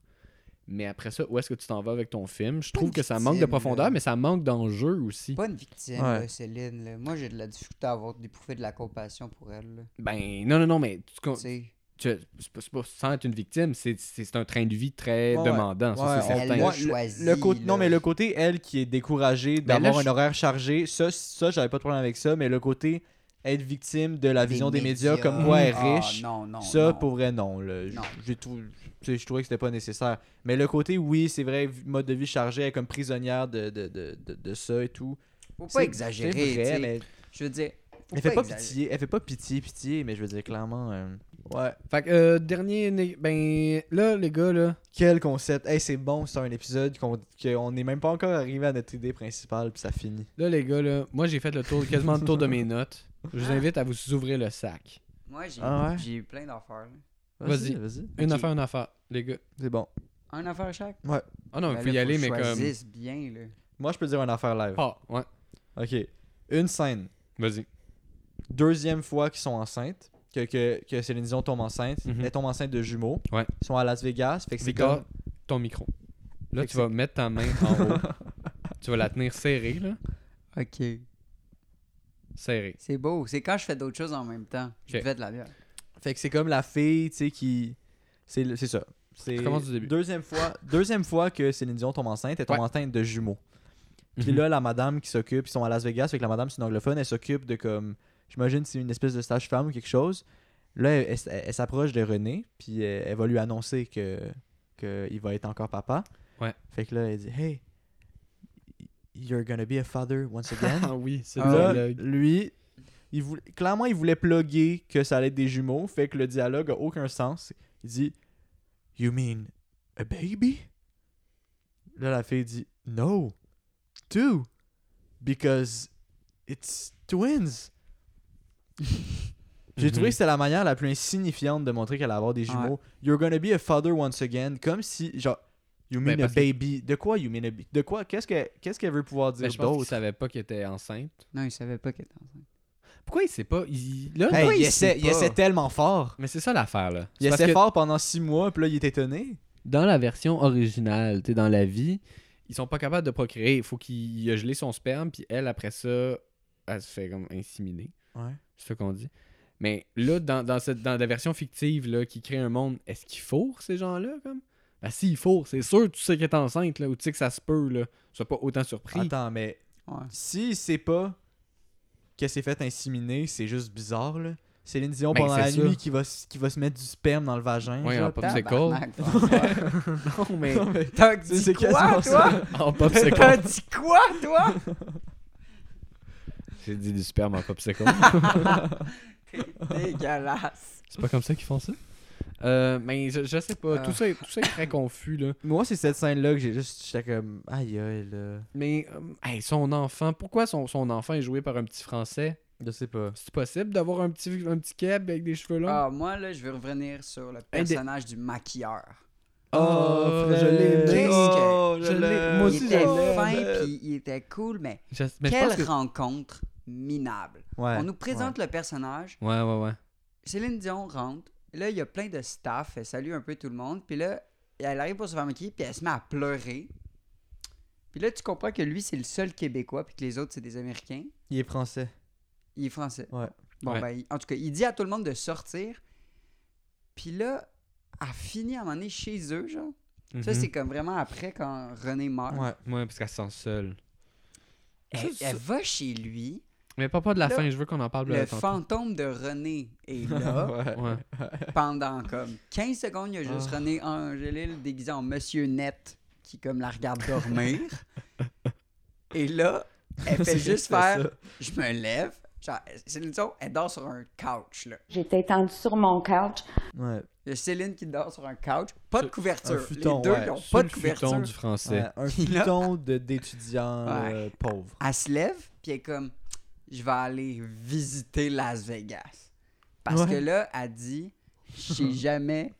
Speaker 2: Mais après ça, où est-ce que tu t'en vas avec ton film Je
Speaker 4: Pas
Speaker 2: trouve
Speaker 4: une
Speaker 2: que ça manque de
Speaker 4: victime, là.
Speaker 2: profondeur, mais ça manque d'enjeu aussi.
Speaker 4: Pas une victime,
Speaker 5: Ouais.
Speaker 4: là, Céline. là. Moi, j'ai de la difficulté à avoir d'éprouver de la compassion pour elle. là.
Speaker 2: Ben non non non, mais tu,
Speaker 5: Oh,
Speaker 2: con-
Speaker 4: Tu sais,
Speaker 2: tu- c'est pas, c'est pas sans être une victime, c'est c'est- c'est un train de vie très
Speaker 5: Ouais,
Speaker 2: demandant, ça c'est
Speaker 5: ouais, on-
Speaker 4: elle
Speaker 2: certain.
Speaker 4: l'a
Speaker 5: moi,
Speaker 4: choisi.
Speaker 5: Le côté, non,
Speaker 4: là.
Speaker 5: mais le côté, elle, qui est découragée
Speaker 2: Ben
Speaker 5: d'avoir
Speaker 2: là, je-
Speaker 5: un horaire chargé, ça, ça j'avais pas de problème avec ça, mais le côté être victime de la vision des médias, comme quoi elle est
Speaker 4: Ah,
Speaker 5: riche,
Speaker 4: non, non,
Speaker 5: ça,
Speaker 4: non.
Speaker 5: pour vrai, non. là. J-
Speaker 4: Non.
Speaker 5: j'ai trou- tu sais, Je trouvais que c'était pas nécessaire. Mais le côté, oui, c'est vrai, v- mode de vie chargé, elle est comme prisonnière de, de, de, de, de ça et tout.
Speaker 4: Faut pas
Speaker 5: C'est-
Speaker 4: exagérer.
Speaker 5: c'est vrai,
Speaker 4: tu sais.
Speaker 5: mais
Speaker 4: Je veux dire. faut
Speaker 5: elle fait pas,
Speaker 4: exagérer.
Speaker 5: pitié, elle fait pas pitié, pitié, mais je veux dire, clairement, euh, ouais.
Speaker 2: Fait que euh, dernier né- ben là les gars là,
Speaker 5: Quel concept. Hey, c'est bon, c'est un épisode qu'on qu'on n'est même pas encore arrivé à notre idée principale, puis ça finit.
Speaker 2: Là, les gars, là, moi, j'ai fait le tour, quasiment le tour de mes notes. Je vous invite à vous ouvrir le sac.
Speaker 4: Moi, j'ai
Speaker 5: Ah ouais?
Speaker 4: j'ai eu plein d'affaires. là.
Speaker 2: Vas-y.
Speaker 5: vas-y.
Speaker 2: Une
Speaker 4: Ok.
Speaker 2: affaire, une affaire, les gars.
Speaker 5: C'est bon.
Speaker 4: Un affaire chaque.
Speaker 2: Ah non, il
Speaker 4: Ben
Speaker 2: faut
Speaker 4: là,
Speaker 2: y aller,
Speaker 4: que
Speaker 2: mais
Speaker 4: je
Speaker 2: comme.
Speaker 4: choisisse bien, là.
Speaker 5: Moi, je peux dire une affaire live.
Speaker 2: Ah, ouais,
Speaker 5: Ok. Une scène.
Speaker 2: vas-y.
Speaker 5: Deuxième fois qu'ils sont enceintes. Que, que, que Céline Dion tombe enceinte.
Speaker 2: Mhm.
Speaker 5: Elle tombe enceinte de jumeaux.
Speaker 2: Ouais.
Speaker 5: Ils sont à Las Vegas. Fait que c'est
Speaker 2: Victor,
Speaker 5: comme.
Speaker 2: ton micro. Là,
Speaker 5: Fait que
Speaker 2: tu vas mettre ta main en haut. tu vas la tenir serrée, là.
Speaker 4: Ok.
Speaker 2: Serrée.
Speaker 4: C'est beau. C'est quand je fais d'autres choses en même temps. Je
Speaker 2: Ok.
Speaker 4: fais de la bière.
Speaker 5: Fait que c'est comme la fille, tu sais, qui. C'est le- c'est ça. C'est
Speaker 2: Recommence du début.
Speaker 5: Deuxième fois, deuxième fois que Céline Dion tombe enceinte, elle tombe
Speaker 2: Ouais.
Speaker 5: enceinte de jumeaux. Puis
Speaker 2: Mhm.
Speaker 5: là, la madame qui s'occupe, ils sont à Las Vegas, fait que la madame, c'est une anglophone, elle s'occupe de comme. J'imagine c'est une espèce de stage femme ou quelque chose. Là, elle, elle s- elle s'approche de René, puis elle, elle va lui annoncer que qu'il va être encore papa.
Speaker 2: Ouais.
Speaker 5: Fait que là, elle dit Hey, you're gonna be a father once again.
Speaker 2: Ah oui, c'est
Speaker 5: Là,
Speaker 2: le dialogue.
Speaker 5: lui, il voulait, clairement, il voulait plugger que ça allait être des jumeaux, fait que le dialogue a aucun sens. Il dit You mean a baby? Là, la fille dit No, two, because it's twins. J'ai trouvé
Speaker 2: Mhm.
Speaker 5: que c'était la manière la plus insignifiante de montrer qu'elle allait avoir des jumeaux.
Speaker 4: Ouais.
Speaker 5: You're gonna be a father once again, comme si, genre, you mean
Speaker 2: Ben,
Speaker 5: a
Speaker 2: parce que-
Speaker 5: baby. De quoi you mean a baby? De quoi? Qu'est-ce que- qu'est-ce qu'elle veut pouvoir dire
Speaker 2: Ben, je pense qu'il
Speaker 5: d'autre?
Speaker 2: savait pas qu'elle était enceinte.
Speaker 4: Non, il savait pas qu'elle était enceinte.
Speaker 2: Pourquoi il sait pas il... Là, là,
Speaker 5: Hey, Ben, il,
Speaker 2: il-
Speaker 5: essaie, il
Speaker 4: pas.
Speaker 5: essaie tellement fort.
Speaker 2: Mais c'est ça l'affaire, là. C'est
Speaker 5: Il
Speaker 2: parce
Speaker 5: essaie
Speaker 2: que-
Speaker 5: fort pendant six mois, puis là, il est étonné.
Speaker 2: dans la version originale, tu sais, dans la vie, ils sont pas capables de procréer. Il faut qu'il a gelé son sperme, puis elle, après ça, elle se fait comme inséminer.
Speaker 5: Ouais.
Speaker 2: C'est ce qu'on dit. Mais là, dans, dans, cette, dans la version fictive là, qui crée un monde, est-ce qu'il fourre ces gens-là comme Ben s'il fourre, c'est sûr tu sais qu'elle est enceinte là, ou tu sais que ça se peut là. Sois pas autant surpris.
Speaker 5: Attends, mais
Speaker 4: Ouais.
Speaker 5: si il sait pas qu'elle s'est fait inséminer, c'est juste bizarre, là. Céline Dion,
Speaker 2: Ben,
Speaker 5: pendant
Speaker 2: c'est
Speaker 5: la
Speaker 2: ça.
Speaker 5: nuit, qui va, s- qui va se mettre du sperme dans le vagin.
Speaker 2: Ouais,
Speaker 5: genre.
Speaker 2: en popsicle.
Speaker 4: Tabarnak, François.
Speaker 2: Non, mais
Speaker 5: Non, mais-
Speaker 4: T'as
Speaker 5: C'est-
Speaker 4: dit
Speaker 5: c'est
Speaker 4: quoi,
Speaker 5: quasiment ça.
Speaker 4: toi?
Speaker 2: en
Speaker 4: T'as
Speaker 2: popsicle.
Speaker 4: dit quoi, toi?
Speaker 2: J'ai dit du sperme en popsicle.
Speaker 4: Dégueulasse.
Speaker 2: c'est pas comme ça qu'ils font ça. Euh, mais je, je sais pas, tout ça, est- tout ça est très confus là.
Speaker 5: Moi, c'est cette scène-là que j'ai juste. J'étais comme. Aïe, aïe, là.
Speaker 2: Mais euh, hey, son enfant, pourquoi son, son enfant est joué par un petit français
Speaker 5: Je sais pas.
Speaker 2: C'est possible d'avoir un petit un petit keb avec des cheveux longs
Speaker 4: Ah, moi, là, je veux revenir sur le personnage du maquilleur.
Speaker 2: Oh,
Speaker 5: Ah, frère,
Speaker 2: je l'ai aimé.
Speaker 4: Qu'est-ce que-
Speaker 5: Oh, je
Speaker 2: je
Speaker 5: l'ai-
Speaker 2: l'ai- moi
Speaker 4: Il
Speaker 2: aussi,
Speaker 4: était
Speaker 2: j'aime.
Speaker 4: fin,
Speaker 5: euh,
Speaker 4: puis il était cool, mais,
Speaker 2: Je- mais je pense
Speaker 4: quelle
Speaker 2: que-
Speaker 4: rencontre minable.
Speaker 5: Ouais.
Speaker 4: On nous présente le personnage,
Speaker 2: Ouais, ouais, ouais.
Speaker 4: Céline Dion rentre, là, il y a plein de staff, elle salue un peu tout le monde, puis là, elle arrive pour se faire maquiller, puis elle se met à pleurer. Puis là, tu comprends que lui, c'est le seul Québécois, puis que les autres, c'est des Américains.
Speaker 5: Il est français.
Speaker 4: Il est français.
Speaker 5: Ouais.
Speaker 4: Bon,
Speaker 2: Ouais.
Speaker 4: ben, il- en tout cas, il dit à tout le monde de sortir. Puis là, elle finit à un moment donné chez eux, genre. Ça,
Speaker 2: Mhm.
Speaker 4: c'est comme vraiment après quand René meurt.
Speaker 5: Ouais.
Speaker 2: Ouais, parce qu'elle se sent seule.
Speaker 4: Elle,
Speaker 2: Ça,
Speaker 4: elle
Speaker 2: ça-
Speaker 4: va chez lui.
Speaker 2: Mais pas, pas de la
Speaker 4: Là,
Speaker 2: fin, je veux qu'on en
Speaker 5: Ah, ben,
Speaker 2: parle
Speaker 4: Le
Speaker 2: là, tantôt.
Speaker 4: fantôme de René est là
Speaker 5: Ouais.
Speaker 2: Ouais.
Speaker 4: pendant comme 15 secondes. Il y a juste
Speaker 5: Ah.
Speaker 4: René Angélil déguisé en Monsieur Net qui comme la regarde dormir. Et là, Elle fait
Speaker 5: C'est
Speaker 4: juste
Speaker 5: vrai,
Speaker 4: faire
Speaker 5: c'est
Speaker 4: Je
Speaker 5: ça.
Speaker 4: me lève. Genre, Céline Dion, elle dort sur un couch, là.
Speaker 6: J'étais étendue sur mon couch.
Speaker 5: Ouais.
Speaker 4: Il y a Céline qui dort sur un couch. Pas de
Speaker 2: Sur-
Speaker 4: couverture.
Speaker 5: un futon,
Speaker 4: Les deux,
Speaker 5: ouais.
Speaker 4: ils n'ont
Speaker 2: Sur
Speaker 4: pas
Speaker 2: le
Speaker 4: de
Speaker 2: futon
Speaker 4: couverture.
Speaker 2: du français.
Speaker 5: Ouais, Euh, un
Speaker 4: Puis là-
Speaker 5: futon de- d'étudiants
Speaker 4: Ouais.
Speaker 5: euh, pauvres.
Speaker 4: Elle se lève, puis elle est comme Je vais aller visiter Las Vegas. Parce
Speaker 5: Ouais.
Speaker 4: que là, elle dit J'ai jamais,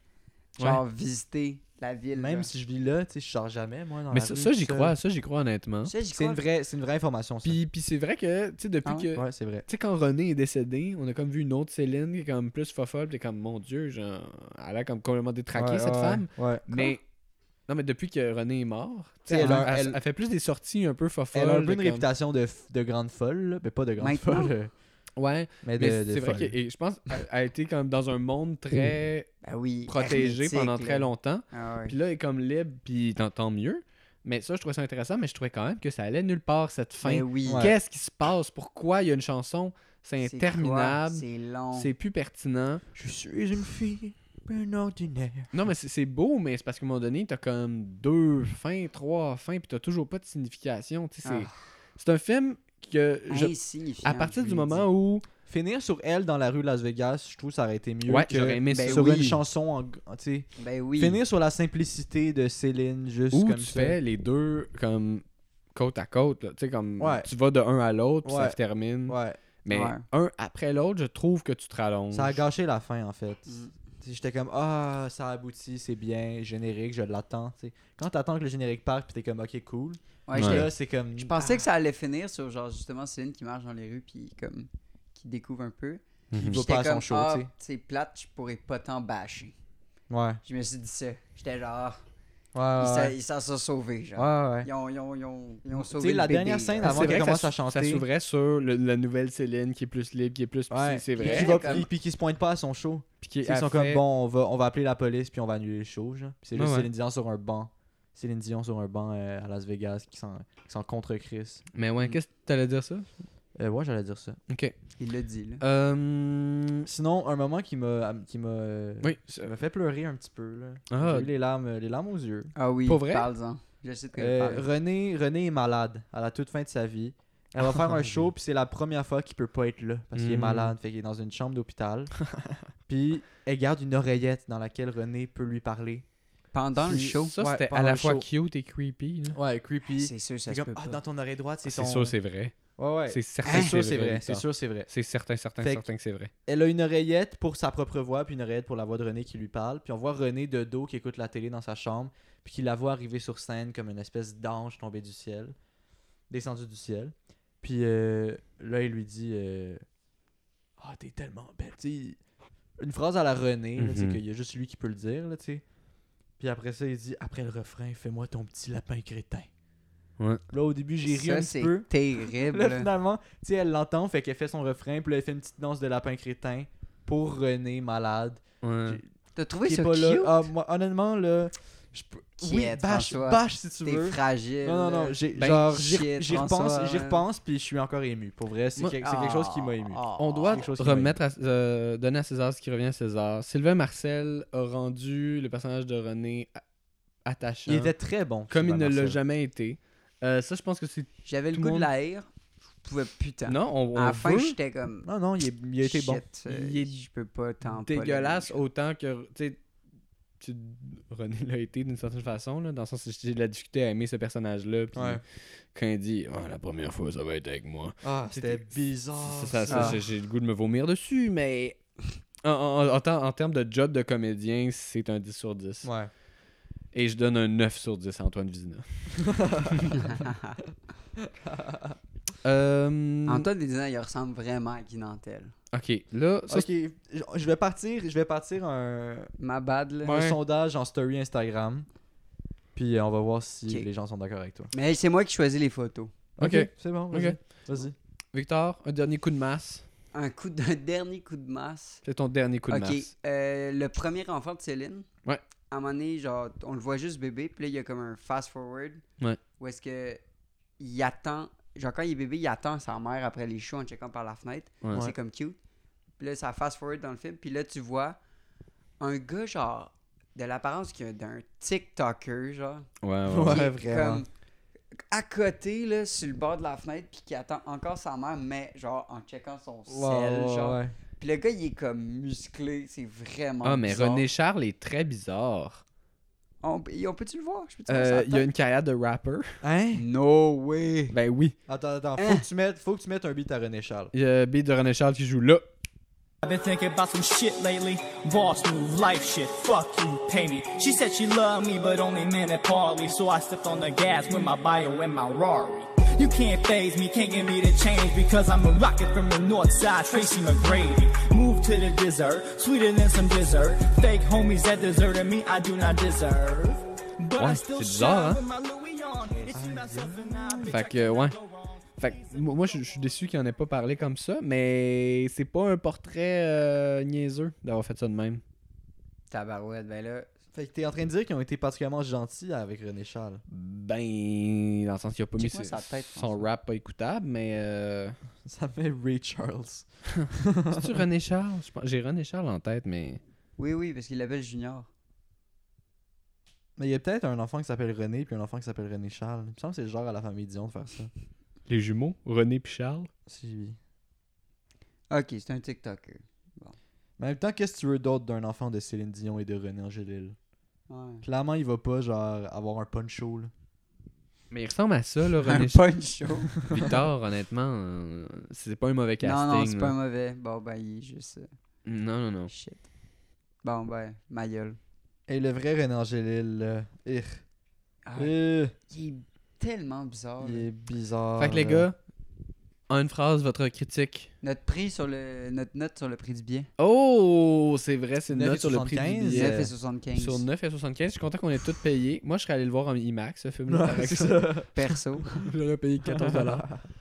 Speaker 4: genre, visité la ville.
Speaker 5: Même
Speaker 4: là.
Speaker 5: si je vis là, tu sais, je sors jamais, moi. Dans
Speaker 2: Mais
Speaker 5: la
Speaker 2: ça,
Speaker 5: rue,
Speaker 2: ça, j'y
Speaker 5: tout seul.
Speaker 2: crois, ça j'y crois honnêtement.
Speaker 4: Ça, j'y
Speaker 5: C'est une,
Speaker 4: crois.
Speaker 5: vraie- c'est une vraie information. ça.
Speaker 2: Puis, puis c'est vrai que, tu sais, depuis
Speaker 4: Ah
Speaker 2: que.
Speaker 5: Ouais, c'est vrai.
Speaker 2: Tu sais, quand René est décédé, on a comme vu une autre Céline qui est comme plus fofolle, pis t'es comme, mon Dieu, genre, elle a comme complètement détraqué
Speaker 5: Ouais,
Speaker 2: cette
Speaker 5: ouais,
Speaker 2: femme.
Speaker 5: Ouais.
Speaker 2: Mais. Non, mais depuis que René est mort, tu sais,
Speaker 5: Elle
Speaker 2: elle,
Speaker 5: a-
Speaker 2: elle-
Speaker 5: elle-
Speaker 2: elle fait plus des sorties un peu fofolles.
Speaker 5: Elle a un peu
Speaker 2: de
Speaker 5: une
Speaker 2: comme-
Speaker 5: réputation de, f- de grande folle, là. mais pas de grande
Speaker 4: Maintenant.
Speaker 5: folle. euh,
Speaker 2: Ouais,
Speaker 5: Mais,
Speaker 2: mais
Speaker 5: de, de
Speaker 2: c'est vrai
Speaker 5: folle.
Speaker 2: que et je pense qu'elle a été comme dans un monde très
Speaker 4: Ben oui.
Speaker 2: protégé
Speaker 4: hermétique,
Speaker 2: pendant
Speaker 4: là.
Speaker 2: très longtemps.
Speaker 4: Ah ouais.
Speaker 2: Puis là, elle est comme libre, puis tant, tant mieux. Mais ça, je trouvais ça intéressant, mais je trouvais quand même que ça allait nulle part, cette fin.
Speaker 4: Ben oui.
Speaker 5: Ouais.
Speaker 2: Qu'est-ce qui se passe? Pourquoi il y a une chanson? C'est
Speaker 4: quoi?
Speaker 2: interminable.
Speaker 4: C'est long.
Speaker 2: C'est plus pertinent.
Speaker 5: Je suis une fille bien ordinaire.
Speaker 2: Non, mais c'est- c'est beau, mais c'est parce qu'à un moment donné, t'as comme deux fins, trois fins, puis t'as toujours pas de signification. tu sais, C'est
Speaker 4: Ah.
Speaker 2: c'est un film que, je-
Speaker 4: Insignifiant,
Speaker 2: à partir
Speaker 4: je
Speaker 2: du
Speaker 4: lui
Speaker 2: moment où.
Speaker 5: Finir sur elle dans la rue Las Vegas, je trouve que ça aurait été mieux
Speaker 2: Ouais,
Speaker 5: que
Speaker 2: j'aurais aimé
Speaker 4: Ben
Speaker 2: ça.
Speaker 5: sur
Speaker 4: oui.
Speaker 5: une chanson. En... en- tu sais,
Speaker 4: dis. Ben oui.
Speaker 5: Finir sur la simplicité de Céline, juste
Speaker 2: Où
Speaker 5: comme
Speaker 2: tu
Speaker 5: ça.
Speaker 2: fais les deux comme côte à côte. là, Tu sais, comme
Speaker 5: Ouais.
Speaker 2: tu vas de un à l'autre, puis
Speaker 5: Ouais.
Speaker 2: ça se termine.
Speaker 5: Ouais.
Speaker 2: Mais
Speaker 4: Ouais.
Speaker 2: un après l'autre, je trouve que tu te rallonges.
Speaker 5: Ça a gâché la fin, en fait.
Speaker 4: Mm.
Speaker 5: Tu sais, J'étais comme, ah, ça aboutit, c'est bien, générique, je l'attends. tu sais. Quand t'attends que le générique parte, puis t'es comme, ok, cool.
Speaker 4: Ouais,
Speaker 2: Ouais.
Speaker 4: j'étais-
Speaker 5: Là, c'est comme.
Speaker 4: Je pensais que ça allait finir sur genre justement Céline qui marche dans les rues puis comme qui découvre un peu.
Speaker 5: Il va
Speaker 4: J'étais
Speaker 5: pas à son
Speaker 4: comme
Speaker 5: show,
Speaker 4: ah,
Speaker 5: tu sais.
Speaker 4: c'est plate, je pourrais pas t'en bâcher.
Speaker 5: Ouais.
Speaker 4: Je me suis dit ça. J'étais genre ils s'en-
Speaker 5: Ouais, ouais. Ah ouais.
Speaker 4: ils s'en sont sauvés genre.
Speaker 5: Ouais, ouais.
Speaker 4: Ils ont ils ont ils ont, ils ont
Speaker 5: Tu
Speaker 4: sauvé
Speaker 5: sais, la
Speaker 4: le bébé,
Speaker 5: dernière
Speaker 4: là.
Speaker 5: scène
Speaker 2: Ah,
Speaker 5: avant
Speaker 2: c'est
Speaker 5: qu'elle
Speaker 2: vrai que
Speaker 5: commence
Speaker 2: ça,
Speaker 5: à
Speaker 2: s- ça
Speaker 5: chanter.
Speaker 2: s'ouvrait sur le- la nouvelle Céline qui est plus libre, qui est plus.
Speaker 5: Ouais.
Speaker 2: C'est c'est
Speaker 5: Puis
Speaker 2: vrai.
Speaker 5: qui va-
Speaker 4: Comme-
Speaker 5: puis- Puis qui se pointe pas à son show.
Speaker 2: Puis qui
Speaker 5: Tu sais, Ils sont
Speaker 2: après-
Speaker 5: comme bon, on va, on va appeler la police puis on va annuler le show. genre. Puis c'est juste
Speaker 2: Ouais, ouais.
Speaker 5: Céline Dion sur un banc. Céline Dion sur un banc euh, à Las Vegas qui sont, qui sont contre Chris.
Speaker 2: Mais ouais, qu'est-ce que t'allais dire ça?
Speaker 5: Euh, ouais, j'allais dire ça.
Speaker 2: Ok.
Speaker 4: Il l'a dit là.
Speaker 2: Euh...
Speaker 5: Sinon, un moment qui m'a qui m'a euh,
Speaker 2: Oui.
Speaker 5: qui m'a fait pleurer un petit peu là.
Speaker 2: Ah.
Speaker 5: J'ai eu les larmes les larmes aux yeux.
Speaker 4: Ah oui,
Speaker 2: Pour vrai?
Speaker 4: parle-en. Je sais de quoi
Speaker 5: Euh,
Speaker 4: il parle.
Speaker 5: René René est malade à la toute fin de sa vie. Elle va faire un show puis c'est la première fois qu'il peut pas être là parce qu'il est
Speaker 2: Mm.
Speaker 5: malade, fait qu'il est dans une chambre d'hôpital. puis elle garde une oreillette dans laquelle René peut lui parler.
Speaker 4: Pendant le
Speaker 5: Puis-
Speaker 4: show.
Speaker 2: Ça,
Speaker 5: Ouais,
Speaker 2: c'était à
Speaker 5: pendant
Speaker 2: la
Speaker 5: le
Speaker 2: fois
Speaker 5: show.
Speaker 2: cute et creepy. là.
Speaker 5: Ouais, creepy.
Speaker 4: C'est sûr ça
Speaker 5: C'est
Speaker 4: se
Speaker 5: comme
Speaker 4: peut
Speaker 5: ah,
Speaker 4: pas.
Speaker 5: dans ton oreille droite, c'est
Speaker 2: C'est
Speaker 5: ton Hein?
Speaker 2: sûr, c'est vrai.
Speaker 5: Ouais, ouais.
Speaker 2: C'est
Speaker 5: C'est
Speaker 2: certain,
Speaker 5: sûr, c'est vrai. C'est
Speaker 2: Victor.
Speaker 5: sûr, c'est vrai.
Speaker 2: C'est certain, certain,
Speaker 5: Fait que-
Speaker 2: certain que c'est vrai.
Speaker 5: Elle a une oreillette pour sa propre voix, puis une oreillette pour la voix de René qui lui parle. Puis on voit René de dos qui écoute la télé dans sa chambre, puis qui la voit arriver sur scène comme une espèce d'ange tombé du ciel, descendu du ciel. Puis euh, là, il lui dit euh, Ah, t'es tellement belle. Tu sais, une phrase à la René, là, tu sais,
Speaker 2: Mhm.
Speaker 5: qu'il y a juste lui qui peut le dire. Là, tu sais. puis après ça, il dit Après le refrain, fais-moi ton petit lapin crétin.
Speaker 2: Ouais.
Speaker 5: Là, au début, j'ai ri
Speaker 4: Ça,
Speaker 5: un petit
Speaker 4: c'est
Speaker 5: peu.
Speaker 4: terrible.
Speaker 5: Là,
Speaker 4: là.
Speaker 5: finalement, tu sais, elle l'entend, fait qu'elle fait son refrain, puis là, elle fait une petite danse de lapin crétin pour René, malade.
Speaker 2: Ouais.
Speaker 4: T'as trouvé
Speaker 5: Qui est
Speaker 4: ça
Speaker 5: pas
Speaker 4: cute?
Speaker 5: là. Ah, moi, honnêtement, là. Je peux...
Speaker 4: Qui
Speaker 5: oui,
Speaker 4: est,
Speaker 5: bâche,
Speaker 4: François?
Speaker 5: bâche si tu
Speaker 4: T'es
Speaker 5: veux.
Speaker 4: fragile.
Speaker 5: Non, non, non.
Speaker 4: là.
Speaker 5: j'ai-
Speaker 2: Ben,
Speaker 5: genre, j'y
Speaker 4: shit,
Speaker 5: j'y
Speaker 4: François,
Speaker 5: repense, j'y
Speaker 4: ouais.
Speaker 5: repense, puis je suis encore ému. Pour vrai, c'est
Speaker 2: Moi-
Speaker 5: quel- c'est quelque chose qui m'a
Speaker 4: Ah,
Speaker 5: ému.
Speaker 4: ah,
Speaker 2: On doit
Speaker 5: quelque chose qui
Speaker 2: remettre à, euh, donner à César ce qui revient à César. Sylvain Marcel a rendu le personnage de René a- attachant,
Speaker 4: ah.
Speaker 5: Il était très bon.
Speaker 2: comme il
Speaker 5: Sylvain
Speaker 2: ne l'a
Speaker 5: Marcel.
Speaker 2: jamais été. Euh, ça, je pense que c'est.
Speaker 4: J'avais le
Speaker 2: Tout
Speaker 4: goût
Speaker 2: le
Speaker 4: de
Speaker 2: monde-
Speaker 4: l'air. Je pouvais putain.
Speaker 2: Non, on, on
Speaker 4: à la fin,
Speaker 2: veut
Speaker 4: j'étais comme.
Speaker 5: Non, non, il, est- il a été bon.
Speaker 4: Shit, euh,
Speaker 2: Il est
Speaker 4: je peux pas t'en parler.
Speaker 2: dégueulasse autant que. Tu sais, tu- René l'a été d'une certaine façon, là, dans le sens que j'ai de la difficulté à aimer ce personnage-là. Puis
Speaker 5: Ouais.
Speaker 2: quand il dit Ah, La première fois, ça va être avec moi.
Speaker 5: Ah, c'était
Speaker 2: C'était-
Speaker 5: bizarre.
Speaker 2: Ça, ça,
Speaker 5: ça.
Speaker 2: ça, j'ai- J'ai le goût de me vomir dessus, mais en, en, en, en- en termes de job de comédien, c'est un 10 sur 10.
Speaker 5: Ouais.
Speaker 2: Et je donne un 9 sur 10 à Antoine Vizina. Euh,
Speaker 4: Antoine Vézina, il ressemble vraiment à Guy Nantel.
Speaker 2: Ok, là, ça,
Speaker 5: Ok, je- je vais partir, je vais partir un,
Speaker 4: Ma bad, là.
Speaker 5: un sondage en story Instagram. Puis euh, on va voir si
Speaker 4: Ok.
Speaker 5: les gens sont d'accord avec toi.
Speaker 4: Mais c'est moi qui choisis les photos.
Speaker 2: Ok. Ok,
Speaker 5: c'est bon.
Speaker 2: vas-y. Ok.
Speaker 5: Vas-y.
Speaker 2: c'est- Victor, un dernier coup de masse.
Speaker 4: Un coup de un dernier coup de masse.
Speaker 2: C'est ton dernier coup de
Speaker 4: ok,
Speaker 2: masse.
Speaker 4: euh, le premier enfant de Céline.
Speaker 2: Ouais.
Speaker 4: À un moment donné, genre, on le voit juste bébé, puis là, il y a comme un fast forward.
Speaker 2: Ouais.
Speaker 4: Où est-ce que il attend, genre, quand il est bébé, il attend sa mère après les shows en checkant par la fenêtre.
Speaker 2: Ouais.
Speaker 4: C'est comme cute. Puis là, ça fast forward dans le film, puis là, tu vois un gars, genre, de l'apparence qu'il y a d'un TikToker, genre.
Speaker 2: Ouais, ouais.
Speaker 5: Ouais,
Speaker 4: qui est
Speaker 5: vraiment.
Speaker 4: Comme à côté, là, sur le bord de la fenêtre, puis qui attend encore sa mère, mais genre en checkant son sel, genre. Puis le gars, il est comme musclé, c'est vraiment.
Speaker 2: Ah, mais
Speaker 4: bizarre.
Speaker 2: René Charles est très bizarre.
Speaker 4: On, et on peut-tu le voir Je peux-tu voir sa
Speaker 2: Euh, il a
Speaker 4: tête?
Speaker 2: une carrière de rapper.
Speaker 5: Hein?
Speaker 4: No way
Speaker 2: Ben oui.
Speaker 5: Attends, attends, faut,
Speaker 4: Hein?
Speaker 5: que tu mettes, faut que tu mettes un beat à René Charles.
Speaker 2: Il y a B de René Charles qui joue là.
Speaker 7: I've been thinking about some shit lately. Boss move, life shit, fuck you, pay me. She said she loved me, but only meant it partly. So I stepped on the gas with my bio and my Rari. You can't phase me, can't get me to change because I'm a rocket from the north side, Tracy McGrady. Move to the dessert, sweeter than some dessert. Fake homies that deserted me, I do not deserve. But
Speaker 2: Ouais,
Speaker 7: I still
Speaker 2: c'est bizarre,
Speaker 7: shine with my Louis on. It's myself and I, bitch,
Speaker 2: Fait
Speaker 7: I
Speaker 2: que,
Speaker 7: cannot
Speaker 2: ouais.
Speaker 7: go wrong.
Speaker 2: Fait que moi, moi, je, je suis déçu qu'il n'en ait pas parlé comme ça, mais c'est pas un portrait euh, niaiseux d'avoir fait ça de même.
Speaker 4: Tabarouette, ben là.
Speaker 5: Fait que t'es en train de dire qu'ils ont été particulièrement gentils avec René Charles.
Speaker 2: Ben, dans le sens qu'il a pas mis
Speaker 4: Check-moi
Speaker 2: ses-
Speaker 4: sa tête,
Speaker 2: son rap pas écoutable, mais. euh,
Speaker 5: Ça fait Ray Charles.
Speaker 2: C'est-tu René Charles Je pense- J'ai René Charles en tête, mais.
Speaker 4: Oui, oui, parce qu'il l'appelle Junior.
Speaker 5: Mais il y a peut-être un enfant qui s'appelle René puis un enfant qui s'appelle René Charles. Il me semble que c'est le genre à la famille Dion de faire ça.
Speaker 2: Les jumeaux, René puis Charles
Speaker 5: Si.
Speaker 4: Ok, c'est un TikToker.
Speaker 5: Mais en même temps, qu'est-ce que tu veux d'autre d'un enfant de Céline Dion et de René Angélil?
Speaker 4: Ouais.
Speaker 5: Clairement, il va pas, genre, avoir un punch-show, là.
Speaker 2: Mais il ressemble à ça, là,
Speaker 4: Un
Speaker 2: René Charles.
Speaker 4: punch show.
Speaker 2: Plus tard, honnêtement, euh, c'est pas un mauvais casting.
Speaker 4: non, non, c'est
Speaker 2: là. Oh.
Speaker 4: pas mauvais. Bon, ben, il est juste. euh,
Speaker 2: Non, non, non.
Speaker 4: Shit. Bon, ben, ma gueule.
Speaker 5: Et le vrai René Angélil, là, eh,
Speaker 4: Ah,
Speaker 5: eh,
Speaker 4: Il est tellement bizarre.
Speaker 5: il
Speaker 4: là.
Speaker 5: est bizarre.
Speaker 2: Ah. fait que les
Speaker 5: là.
Speaker 2: gars, en une phrase, votre critique.
Speaker 4: Notre prix sur le. Notre note sur le prix du bien.
Speaker 2: Oh, c'est vrai, c'est une
Speaker 5: 9
Speaker 2: note sur le prix du
Speaker 5: 75.
Speaker 2: billet.
Speaker 5: Yeah.
Speaker 4: 9,75.
Speaker 2: Sur 9 et 75, je suis content qu'on ait tout payé. Moi, je serais allé le voir en IMAX, ce film-là. par
Speaker 5: Ouais, c'est
Speaker 2: exemple.
Speaker 5: ça.
Speaker 4: Perso.
Speaker 2: J'aurais payé 14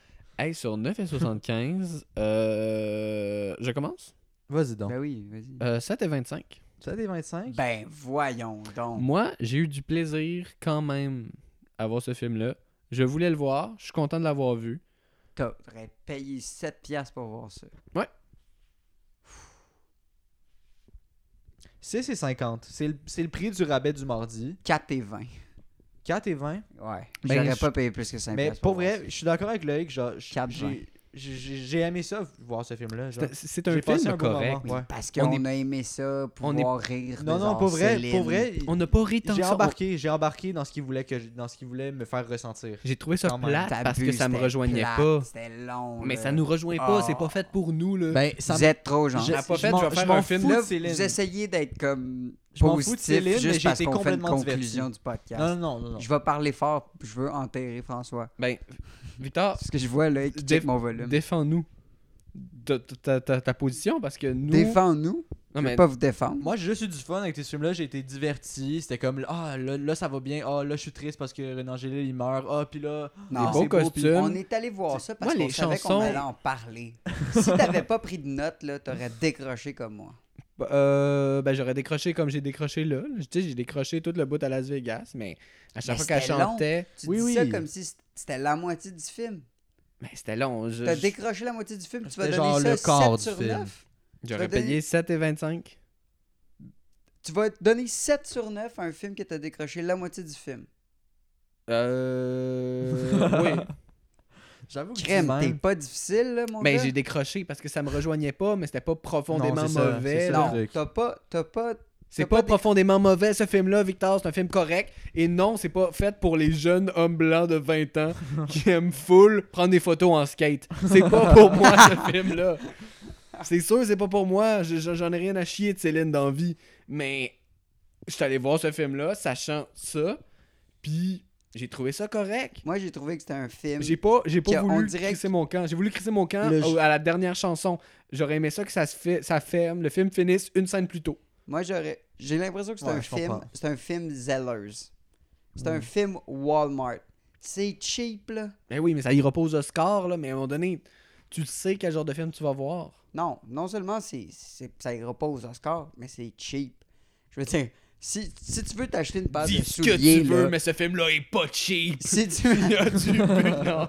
Speaker 2: Hey, sur 9 et 75, euh, je commence.
Speaker 5: Vas-y donc.
Speaker 4: ben oui, vas-y.
Speaker 2: Euh, 7 et 25.
Speaker 5: Ça des 25?
Speaker 4: Ben, voyons donc.
Speaker 2: Moi, j'ai eu du plaisir quand même à voir ce film-là. Je voulais le voir. Je suis content de l'avoir vu.
Speaker 4: T'aurais payé 7 piastres pour voir ça.
Speaker 5: 6 et 50. C'est le, c'est le prix du rabais du mardi.
Speaker 4: 4 et 20.
Speaker 5: 4 et 20.
Speaker 4: Ouais.
Speaker 2: Ben,
Speaker 4: J'aurais
Speaker 2: je-
Speaker 4: pas payé plus que 5
Speaker 5: Mais
Speaker 4: piastres
Speaker 5: pour
Speaker 4: voir
Speaker 5: vrai, je suis d'accord avec Loïc. genre, j-
Speaker 4: Quatre vingt.
Speaker 5: J'ai j'ai- j'ai aimé ça, voir ce film-là. genre.
Speaker 2: C'est- C'est un
Speaker 5: J'ai passé
Speaker 2: film
Speaker 5: un bon
Speaker 2: correct.
Speaker 5: moment.
Speaker 4: ça.
Speaker 5: Ouais.
Speaker 4: Oui, Parce
Speaker 2: On
Speaker 4: qu'on a aimé ça,
Speaker 2: on est-
Speaker 4: pouvoir rire.
Speaker 5: Non,
Speaker 4: de
Speaker 5: non,
Speaker 4: genre
Speaker 5: pour vrai,
Speaker 4: Céline.
Speaker 5: pour vrai,
Speaker 2: On n'a pas ri tant que
Speaker 5: j'ai
Speaker 2: ça.
Speaker 5: embarqué, j'ai embarqué dans ce qu'il voulait que je- dans ce qu'il voulait me faire ressentir.
Speaker 2: J'ai trouvé ça
Speaker 5: Quand même.
Speaker 2: plate
Speaker 4: T'as
Speaker 2: parce
Speaker 4: bu,
Speaker 2: que ça me
Speaker 4: c'était
Speaker 2: rejoignait
Speaker 4: plate,
Speaker 2: pas.
Speaker 4: C'était long.
Speaker 2: Mais
Speaker 4: là.
Speaker 2: ça nous rejoint pas.
Speaker 4: Ah.
Speaker 2: C'est pas fait pour nous, là.
Speaker 5: Ben,
Speaker 4: Vous êtes trop
Speaker 5: je-
Speaker 4: gentil.
Speaker 2: Ah, pas
Speaker 5: je
Speaker 2: fait,
Speaker 5: m'en-
Speaker 2: je vais faire
Speaker 5: m'en
Speaker 2: un film.
Speaker 5: fous de
Speaker 4: Là,
Speaker 5: Céline.
Speaker 4: vous essayez d'être comme
Speaker 5: Je m'en fous de
Speaker 4: positif
Speaker 5: Céline, mais
Speaker 4: juste
Speaker 5: j'ai
Speaker 4: parce
Speaker 5: été
Speaker 4: qu'on fait une
Speaker 5: complètement diverti.
Speaker 4: conclusion du podcast.
Speaker 5: Non, non, non, non.
Speaker 4: Je vais parler fort, je veux enterrer François.
Speaker 2: Ben, Victor,
Speaker 4: Parce que je vois là, qui
Speaker 2: Dé-
Speaker 4: check mon volume.
Speaker 2: défends-nous de- de- ta, ta- ta position parce que nous.
Speaker 4: Défends-nous,
Speaker 2: Non,
Speaker 4: je
Speaker 2: mais
Speaker 4: vais pas vous défendre.
Speaker 5: Moi, j'ai juste eu du fun avec ces films-là. J'ai été diverti. C'était comme, ah, là, là, ça va bien. Ah, là, je suis triste parce que Renan Gélil, il meurt. Ah, puis là,
Speaker 4: Non,
Speaker 2: beaux
Speaker 4: c'est beau, puis
Speaker 2: costumes.
Speaker 4: On est allé voir ça parce
Speaker 2: Moi,
Speaker 4: qu'on
Speaker 2: les
Speaker 4: savait
Speaker 2: chansons-
Speaker 4: qu'on allait en parler. si t'avais pas pris de notes, là, t'aurais décroché comme moi.
Speaker 2: Euh, ben, j'aurais décroché comme j'ai décroché là. Je dis, j'ai décroché tout le bout à Las Vegas, mais à chaque
Speaker 4: Mais
Speaker 2: fois qu'elle
Speaker 4: c'était long.
Speaker 2: chantait.
Speaker 4: Tu
Speaker 2: oui,
Speaker 4: dis
Speaker 2: oui.
Speaker 4: ça comme si c- c'était la moitié du film.
Speaker 2: Mais c'était long. Je-
Speaker 4: T'as
Speaker 2: je-
Speaker 4: décroché la moitié du film, tu vas
Speaker 5: C'était
Speaker 4: donner
Speaker 5: genre
Speaker 4: ça
Speaker 5: le quart
Speaker 4: 7
Speaker 5: du
Speaker 4: sur
Speaker 5: film.
Speaker 4: 9.
Speaker 2: J'aurais
Speaker 4: t'as donné-
Speaker 2: payé 7 et 25.
Speaker 4: Tu vas donner 7 sur 9 à un film que t'as décroché la moitié du film.
Speaker 2: Euh. oui.
Speaker 5: j'avoue que tu
Speaker 4: Crème,
Speaker 5: m'aimes.
Speaker 4: t'es pas difficile, là, mon
Speaker 2: Mais
Speaker 4: gars.
Speaker 2: j'ai décroché parce que ça me rejoignait pas, mais c'était pas profondément
Speaker 5: Non, c'est ça,
Speaker 2: mauvais.
Speaker 5: c'est ça.
Speaker 2: là.
Speaker 5: le
Speaker 4: Non,
Speaker 5: truc.
Speaker 4: t'as pas, t'as pas.
Speaker 2: C'est
Speaker 4: T'as
Speaker 2: pas,
Speaker 4: pas des-
Speaker 2: profondément mauvais ce film-là, Victor. C'est un film correct. Et non, c'est pas fait pour les jeunes hommes blancs de 20 ans qui aiment full prendre des photos en skate. C'est pas pour moi ce film-là. C'est sûr, c'est pas pour moi. Je- je- J'en ai rien à chier de Céline dans la vie. Mais je suis allé voir ce film-là, sachant ça. Puis j'ai trouvé ça correct.
Speaker 4: Moi, j'ai trouvé que c'était un film.
Speaker 2: J'ai pas, j'ai pas
Speaker 4: Que on
Speaker 2: voulu
Speaker 4: dirait
Speaker 2: crisser mon camp. J'ai voulu crisser mon camp
Speaker 5: Le-
Speaker 2: au- à la dernière chanson. J'aurais aimé ça que ça, se fait, ça ferme, le film finisse une scène plus tôt.
Speaker 4: Moi, j'aurais. J'ai l'impression que c'est
Speaker 5: Ouais,
Speaker 4: un
Speaker 5: je
Speaker 4: film.
Speaker 5: comprends.
Speaker 4: C'est un film Zellers. C'est un film Walmart. C'est cheap, là.
Speaker 2: Ben oui, mais ça y repose au score, là, mais à un moment donné, tu le sais quel genre de film tu vas voir.
Speaker 4: Non, non seulement c'est, c'est- ça ira pas aux Oscars, mais c'est cheap. Je veux dire, si, si tu veux t'acheter une
Speaker 2: Ah,
Speaker 4: paire
Speaker 2: ben,
Speaker 4: de
Speaker 1: Dis ce que
Speaker 4: souliers,
Speaker 1: tu veux,
Speaker 4: là,
Speaker 1: mais ce film-là est pas cheap.
Speaker 4: si tu veux,
Speaker 1: As-tu vu? Non.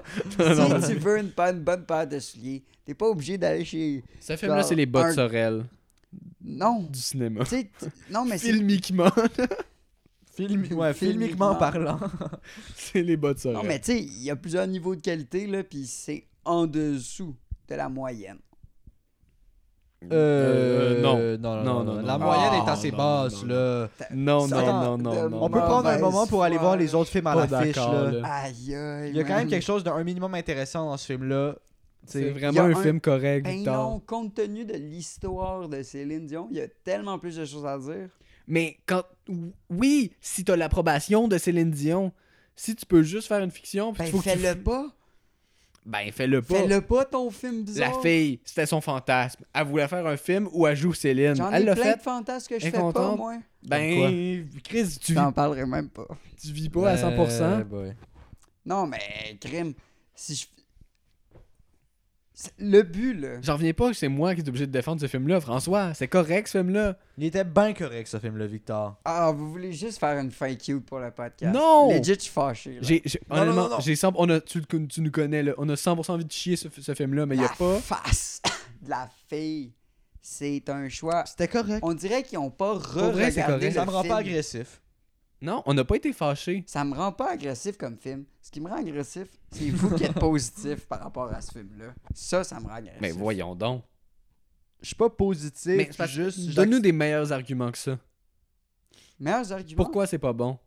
Speaker 4: si tu veux une, paire- une bonne paire de souliers, t'es pas obligé d'aller chez.
Speaker 2: Ce film-là, c'est les bottes
Speaker 4: un-
Speaker 2: Sorel
Speaker 4: Non,
Speaker 2: du cinéma.
Speaker 4: tu sais, t- non mais c'est
Speaker 2: Filmiquement.
Speaker 5: Filmi- ouais,
Speaker 4: Filmiquement.
Speaker 5: filmiquement parlant.
Speaker 2: C'est les bottes sœurs.
Speaker 4: Non, mais tu sais, il y a plusieurs niveaux de qualité, là, puis c'est en dessous de la moyenne.
Speaker 2: Euh, non.
Speaker 5: non,
Speaker 2: Non,
Speaker 5: non,
Speaker 2: non, non.
Speaker 5: La
Speaker 4: non,
Speaker 5: moyenne
Speaker 4: non,
Speaker 5: est assez
Speaker 2: non,
Speaker 5: basse,
Speaker 2: non,
Speaker 5: là.
Speaker 2: Non,
Speaker 4: Ça, euh,
Speaker 2: non, non,
Speaker 4: de-
Speaker 2: non, non.
Speaker 5: On peut
Speaker 2: non.
Speaker 5: prendre un
Speaker 4: Mauvaise
Speaker 5: moment pour aller
Speaker 4: foi.
Speaker 5: voir les autres films à
Speaker 2: Pas
Speaker 5: l'affiche,
Speaker 2: d'accord,
Speaker 5: là.
Speaker 2: là.
Speaker 4: Aïe, aïe.
Speaker 5: Il y a quand
Speaker 4: man.
Speaker 5: même quelque chose d'un minimum intéressant dans ce film-là.
Speaker 2: C'est
Speaker 5: C'est
Speaker 2: vraiment
Speaker 4: il
Speaker 2: un,
Speaker 4: y a un-
Speaker 2: film correct,
Speaker 4: Ben
Speaker 2: Victor.
Speaker 4: non, compte tenu de l'histoire de Céline Dion, il y a tellement plus de choses à dire.
Speaker 1: Mais quand. Oui, si t'as l'approbation de Céline Dion.
Speaker 2: Si tu peux juste faire une fiction, puis
Speaker 4: Ben
Speaker 2: il faut que tu
Speaker 4: fais-le pas.
Speaker 2: Ben, fais-le pas.
Speaker 4: Fais-le pas ton film
Speaker 2: La
Speaker 4: bizarre.
Speaker 2: fille, c'était son fantasme. Elle voulait faire un film où elle joue Céline.
Speaker 4: J'en
Speaker 2: Elle
Speaker 4: ai
Speaker 2: l'a
Speaker 4: plein
Speaker 2: fait.
Speaker 4: de fantasmes que je
Speaker 2: Elle est
Speaker 4: fais pas,
Speaker 2: contente.
Speaker 4: moi.
Speaker 2: Ben, Chris,
Speaker 4: Je
Speaker 2: tu vis,
Speaker 4: t'en parlerai même pas.
Speaker 2: tu vis pas à 100%.
Speaker 5: Euh, boy.
Speaker 4: Non, mais crime, si je... C'est- Le but, là...
Speaker 2: J'en reviens pas que c'est moi qui suis obligé de défendre ce film-là, François. C'est correct, ce film-là.
Speaker 5: Il était bien correct, ce film-là, Victor.
Speaker 4: Ah, vous voulez juste faire une fin cute pour le podcast.
Speaker 2: Non!
Speaker 4: Legit, je suis fâché. là.
Speaker 2: J'ai, j'ai-
Speaker 5: Non, non,
Speaker 2: honnêtement,
Speaker 5: non, non.
Speaker 2: j'ai 100 on a, tu, le con- tu nous connais, là, on a 100% envie de chier ce, ce film-là, mais il
Speaker 4: La
Speaker 2: a pas...
Speaker 4: face de la fille, c'est un choix...
Speaker 5: C'était correct.
Speaker 4: On dirait qu'ils ont pas
Speaker 2: vrai,
Speaker 4: re-regardé
Speaker 2: c'est correct.
Speaker 4: le
Speaker 5: Ça me rend
Speaker 4: film.
Speaker 5: pas agressif.
Speaker 2: Non, on n'a pas été fâchés.
Speaker 4: Ça me rend pas agressif comme film. Ce qui me rend agressif, c'est vous qui êtes positif par rapport à ce film-là. Ça, ça me rend agressif.
Speaker 2: Mais voyons donc.
Speaker 5: Je suis pas positif,
Speaker 2: Mais c'est parce-
Speaker 5: juste...
Speaker 2: Donne-nous des meilleurs arguments que ça.
Speaker 4: Meilleurs arguments.
Speaker 2: Pourquoi c'est pas bon?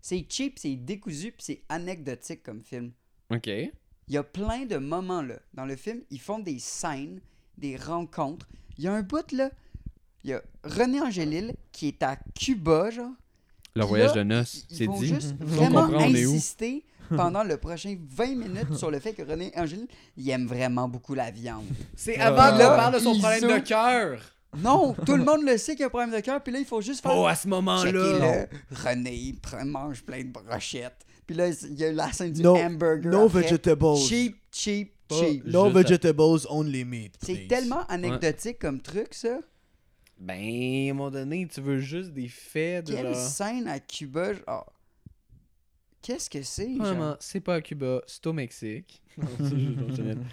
Speaker 4: C'est cheap, c'est décousu, puis c'est anecdotique comme film.
Speaker 2: OK.
Speaker 4: Il y a plein de moments là. Dans le film, ils font des scènes, des rencontres. Il y a un bout là. Il y a René Angélil qui est à Cuba, genre.
Speaker 2: Le
Speaker 4: Puis
Speaker 2: voyage
Speaker 4: là,
Speaker 2: de noces,
Speaker 4: Ils
Speaker 2: c'est
Speaker 4: vont
Speaker 2: dit.
Speaker 4: juste
Speaker 2: On
Speaker 4: vraiment
Speaker 2: comprend, on est où.
Speaker 4: insister pendant le prochain 20 minutes sur le fait que René Angélil, il aime vraiment beaucoup la viande.
Speaker 2: C'est
Speaker 5: avant
Speaker 4: qu'on parle
Speaker 2: de
Speaker 4: son problème de
Speaker 2: cœur.
Speaker 4: Non, tout le monde le sait qu'il y a un problème de cœur, puis là, il faut juste faire...
Speaker 2: Oh, à ce moment-là.
Speaker 4: Checkez-le. René, il prend- mange plein de brochettes. Puis là, il y a la scène du
Speaker 5: No-
Speaker 4: hamburger.
Speaker 5: no
Speaker 4: après.
Speaker 5: vegetables.
Speaker 4: Cheap, cheap,
Speaker 2: Pas-
Speaker 4: cheap.
Speaker 2: No Juste à-
Speaker 5: vegetables, only meat.
Speaker 4: C'est tellement anecdotique comme truc, ça.
Speaker 2: Ben, à un moment donné, tu veux juste des faits de
Speaker 4: Quelle
Speaker 2: leur-
Speaker 4: scène à Cuba, genre. Qu'est-ce que c'est, genre?
Speaker 2: Premièrement, c'est pas à Cuba, c'est au Mexique. Non, ça, je- non, je l'aime.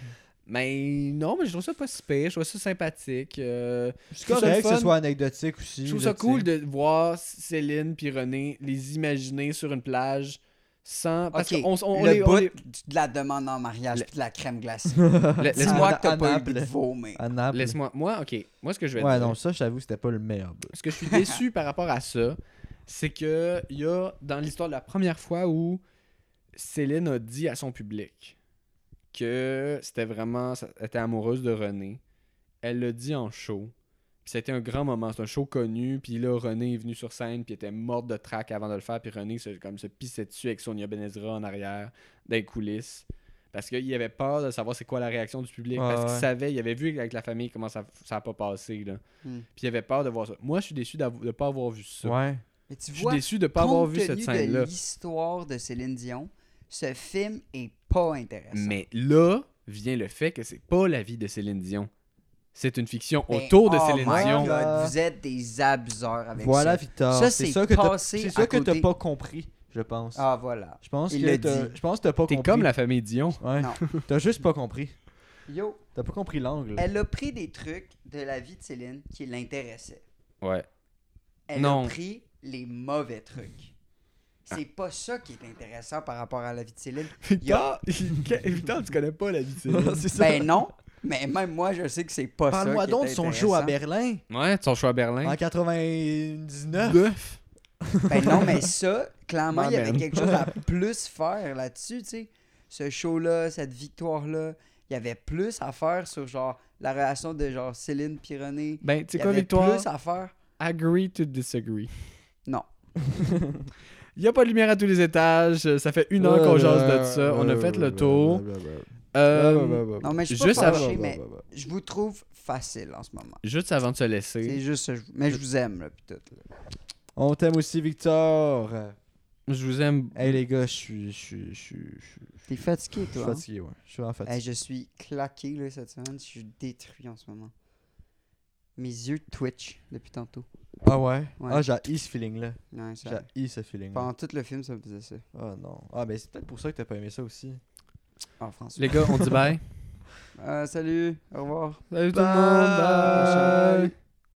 Speaker 2: mais non, mais je trouve ça pas si pire, je trouve ça sympathique. euh,
Speaker 5: C'est
Speaker 2: Je trouve ça
Speaker 5: correct
Speaker 2: le
Speaker 5: que ce
Speaker 2: fun.
Speaker 5: soit anecdotique aussi.
Speaker 2: je trouve
Speaker 5: là,
Speaker 2: ça
Speaker 5: tu
Speaker 2: cool
Speaker 5: sais.
Speaker 2: de voir Céline puis René les imaginer sur une plage sans. Parce
Speaker 4: Ok,
Speaker 2: qu'on s- on- on
Speaker 4: le
Speaker 2: les- on
Speaker 4: bout
Speaker 2: les-
Speaker 4: de la demande en mariage
Speaker 2: Le-
Speaker 4: puis de la crème glacée.
Speaker 2: la- Laisse-moi. Ah,
Speaker 4: Dis-moi que t'as pas eu
Speaker 5: Anable.
Speaker 4: de vomir.
Speaker 5: À Naples.
Speaker 2: Laisse-moi. Moi, ok. Moi, ce que je vais
Speaker 5: Ouais,
Speaker 2: dire.
Speaker 5: non, ça, j'avoue, c'était pas le meilleur.
Speaker 2: Ce que je suis déçu par rapport à ça, c'est que il y a dans l'histoire de la première fois où Céline a dit à son public que c'était vraiment ça- elle était amoureuse de René. Elle l'a dit en show. Puis c'était un grand moment, c'est un show connu, puis là René est venu sur scène puis était morte de trac avant de le faire, puis René se comme se pissait dessus avec Sonia Benezra en arrière dans les coulisses. Parce qu'il avait peur de savoir c'est quoi la réaction du public.
Speaker 5: Ouais,
Speaker 2: parce qu'il
Speaker 5: ouais.
Speaker 2: savait, il avait vu avec la famille comment ça n'a pas passé. Là.
Speaker 4: Hmm.
Speaker 2: Puis il avait peur de voir ça. Moi, je suis déçu d'avo- de ne pas avoir vu ça.
Speaker 5: Ouais.
Speaker 4: Mais tu
Speaker 2: Je suis
Speaker 4: vois,
Speaker 2: déçu de ne pas avoir vu
Speaker 4: compte
Speaker 2: cette
Speaker 4: tenu
Speaker 2: scène-là.
Speaker 4: de l'histoire de Céline Dion, ce film est pas intéressant.
Speaker 2: Mais là vient le fait que c'est pas la vie de Céline Dion. C'est une fiction
Speaker 4: Ben,
Speaker 2: autour de
Speaker 4: oh
Speaker 2: Céline
Speaker 4: my
Speaker 2: Dion.
Speaker 4: God, vous êtes des abuseurs avec
Speaker 5: Voilà,
Speaker 4: ça.
Speaker 5: Victor.
Speaker 4: Ça,
Speaker 5: c'est
Speaker 4: c'est
Speaker 5: ça que t'as
Speaker 4: passé
Speaker 5: c'est
Speaker 4: à
Speaker 5: ça que t'as
Speaker 4: côté.
Speaker 5: pas compris, je pense.
Speaker 4: Ah, voilà.
Speaker 5: Je pense
Speaker 4: Il
Speaker 5: que
Speaker 4: l'a
Speaker 5: t'as-
Speaker 4: dit.
Speaker 5: je pense que t'as pas
Speaker 2: T'es
Speaker 5: compris.
Speaker 2: comme la famille Dion.
Speaker 5: Ouais.
Speaker 4: Non.
Speaker 5: T'as juste pas compris.
Speaker 4: Yo,
Speaker 5: T'as pas compris l'angle.
Speaker 4: elle a pris des trucs de la vie de Céline qui l'intéressaient.
Speaker 2: Ouais.
Speaker 4: Elle
Speaker 2: Non.
Speaker 4: a pris les mauvais trucs. C'est pas ça qui est intéressant par rapport à la vie de Céline.
Speaker 2: Victor, Victor, tu connais pas la vie de Céline.
Speaker 5: C'est ça.
Speaker 4: Ben non, mais même moi, je sais que c'est pas ça.
Speaker 5: Parle-moi
Speaker 4: qui est
Speaker 5: donc de son Ben. show à
Speaker 4: intéressant.
Speaker 5: Berlin
Speaker 2: Ouais, son choix à
Speaker 5: en
Speaker 2: Berlin.
Speaker 4: Ah,
Speaker 5: 99.
Speaker 2: Neuf.
Speaker 4: Ben non, mais ça, clairement, il y avait
Speaker 2: M'emmène.
Speaker 4: quelque chose à plus faire là-dessus, tu sais. Ce show-là, cette victoire-là, il y avait plus à faire sur genre la relation de genre Céline Pironnet.
Speaker 2: Ben, tu
Speaker 4: Il
Speaker 2: sais
Speaker 4: y
Speaker 2: quoi,
Speaker 4: avait
Speaker 2: Victoire?
Speaker 4: plus à faire.
Speaker 2: Agree to disagree.
Speaker 4: Non.
Speaker 2: Il n'y a pas de lumière à tous les étages. euh, Ça fait une heure qu'on jase de ça. On a fait le tour. Euh,
Speaker 4: Non, mais je suis
Speaker 2: Juste
Speaker 4: pas
Speaker 2: avant-
Speaker 4: fâché, mais je vous trouve facile en ce moment.
Speaker 2: Juste avant de se laisser,
Speaker 4: C'est juste ça, je- Mais je vous aime, là, pis tout. là.
Speaker 5: On t'aime aussi, Victor.
Speaker 2: je vous aime
Speaker 4: Eh,
Speaker 5: Hey les gars, je suis. Je suis. Je suis- je suis-
Speaker 4: T'es fatigué,
Speaker 5: je suis
Speaker 4: toi. hein?
Speaker 5: fatigué, ouais. Je suis vraiment
Speaker 4: Hey,
Speaker 5: fatigué.
Speaker 4: je suis claqué, là, cette semaine. Je suis détruit en ce moment. Mes yeux twitch depuis tantôt.
Speaker 5: Ah ouais?
Speaker 4: Ouais.
Speaker 5: Ah, j'ai ce feeling-là.
Speaker 4: Ouais, ça-
Speaker 5: J'ai ce feeling-là.
Speaker 4: Pendant tout le film, ça me faisait ça.
Speaker 5: Ah non. Ah, ben c'est peut-être pour ça que t'as pas aimé ça aussi.
Speaker 4: En France.
Speaker 2: Les gars, on dit bye.
Speaker 4: Euh, Ah, salut, au revoir.
Speaker 2: Salut
Speaker 5: tout le monde, bye.
Speaker 4: Bye.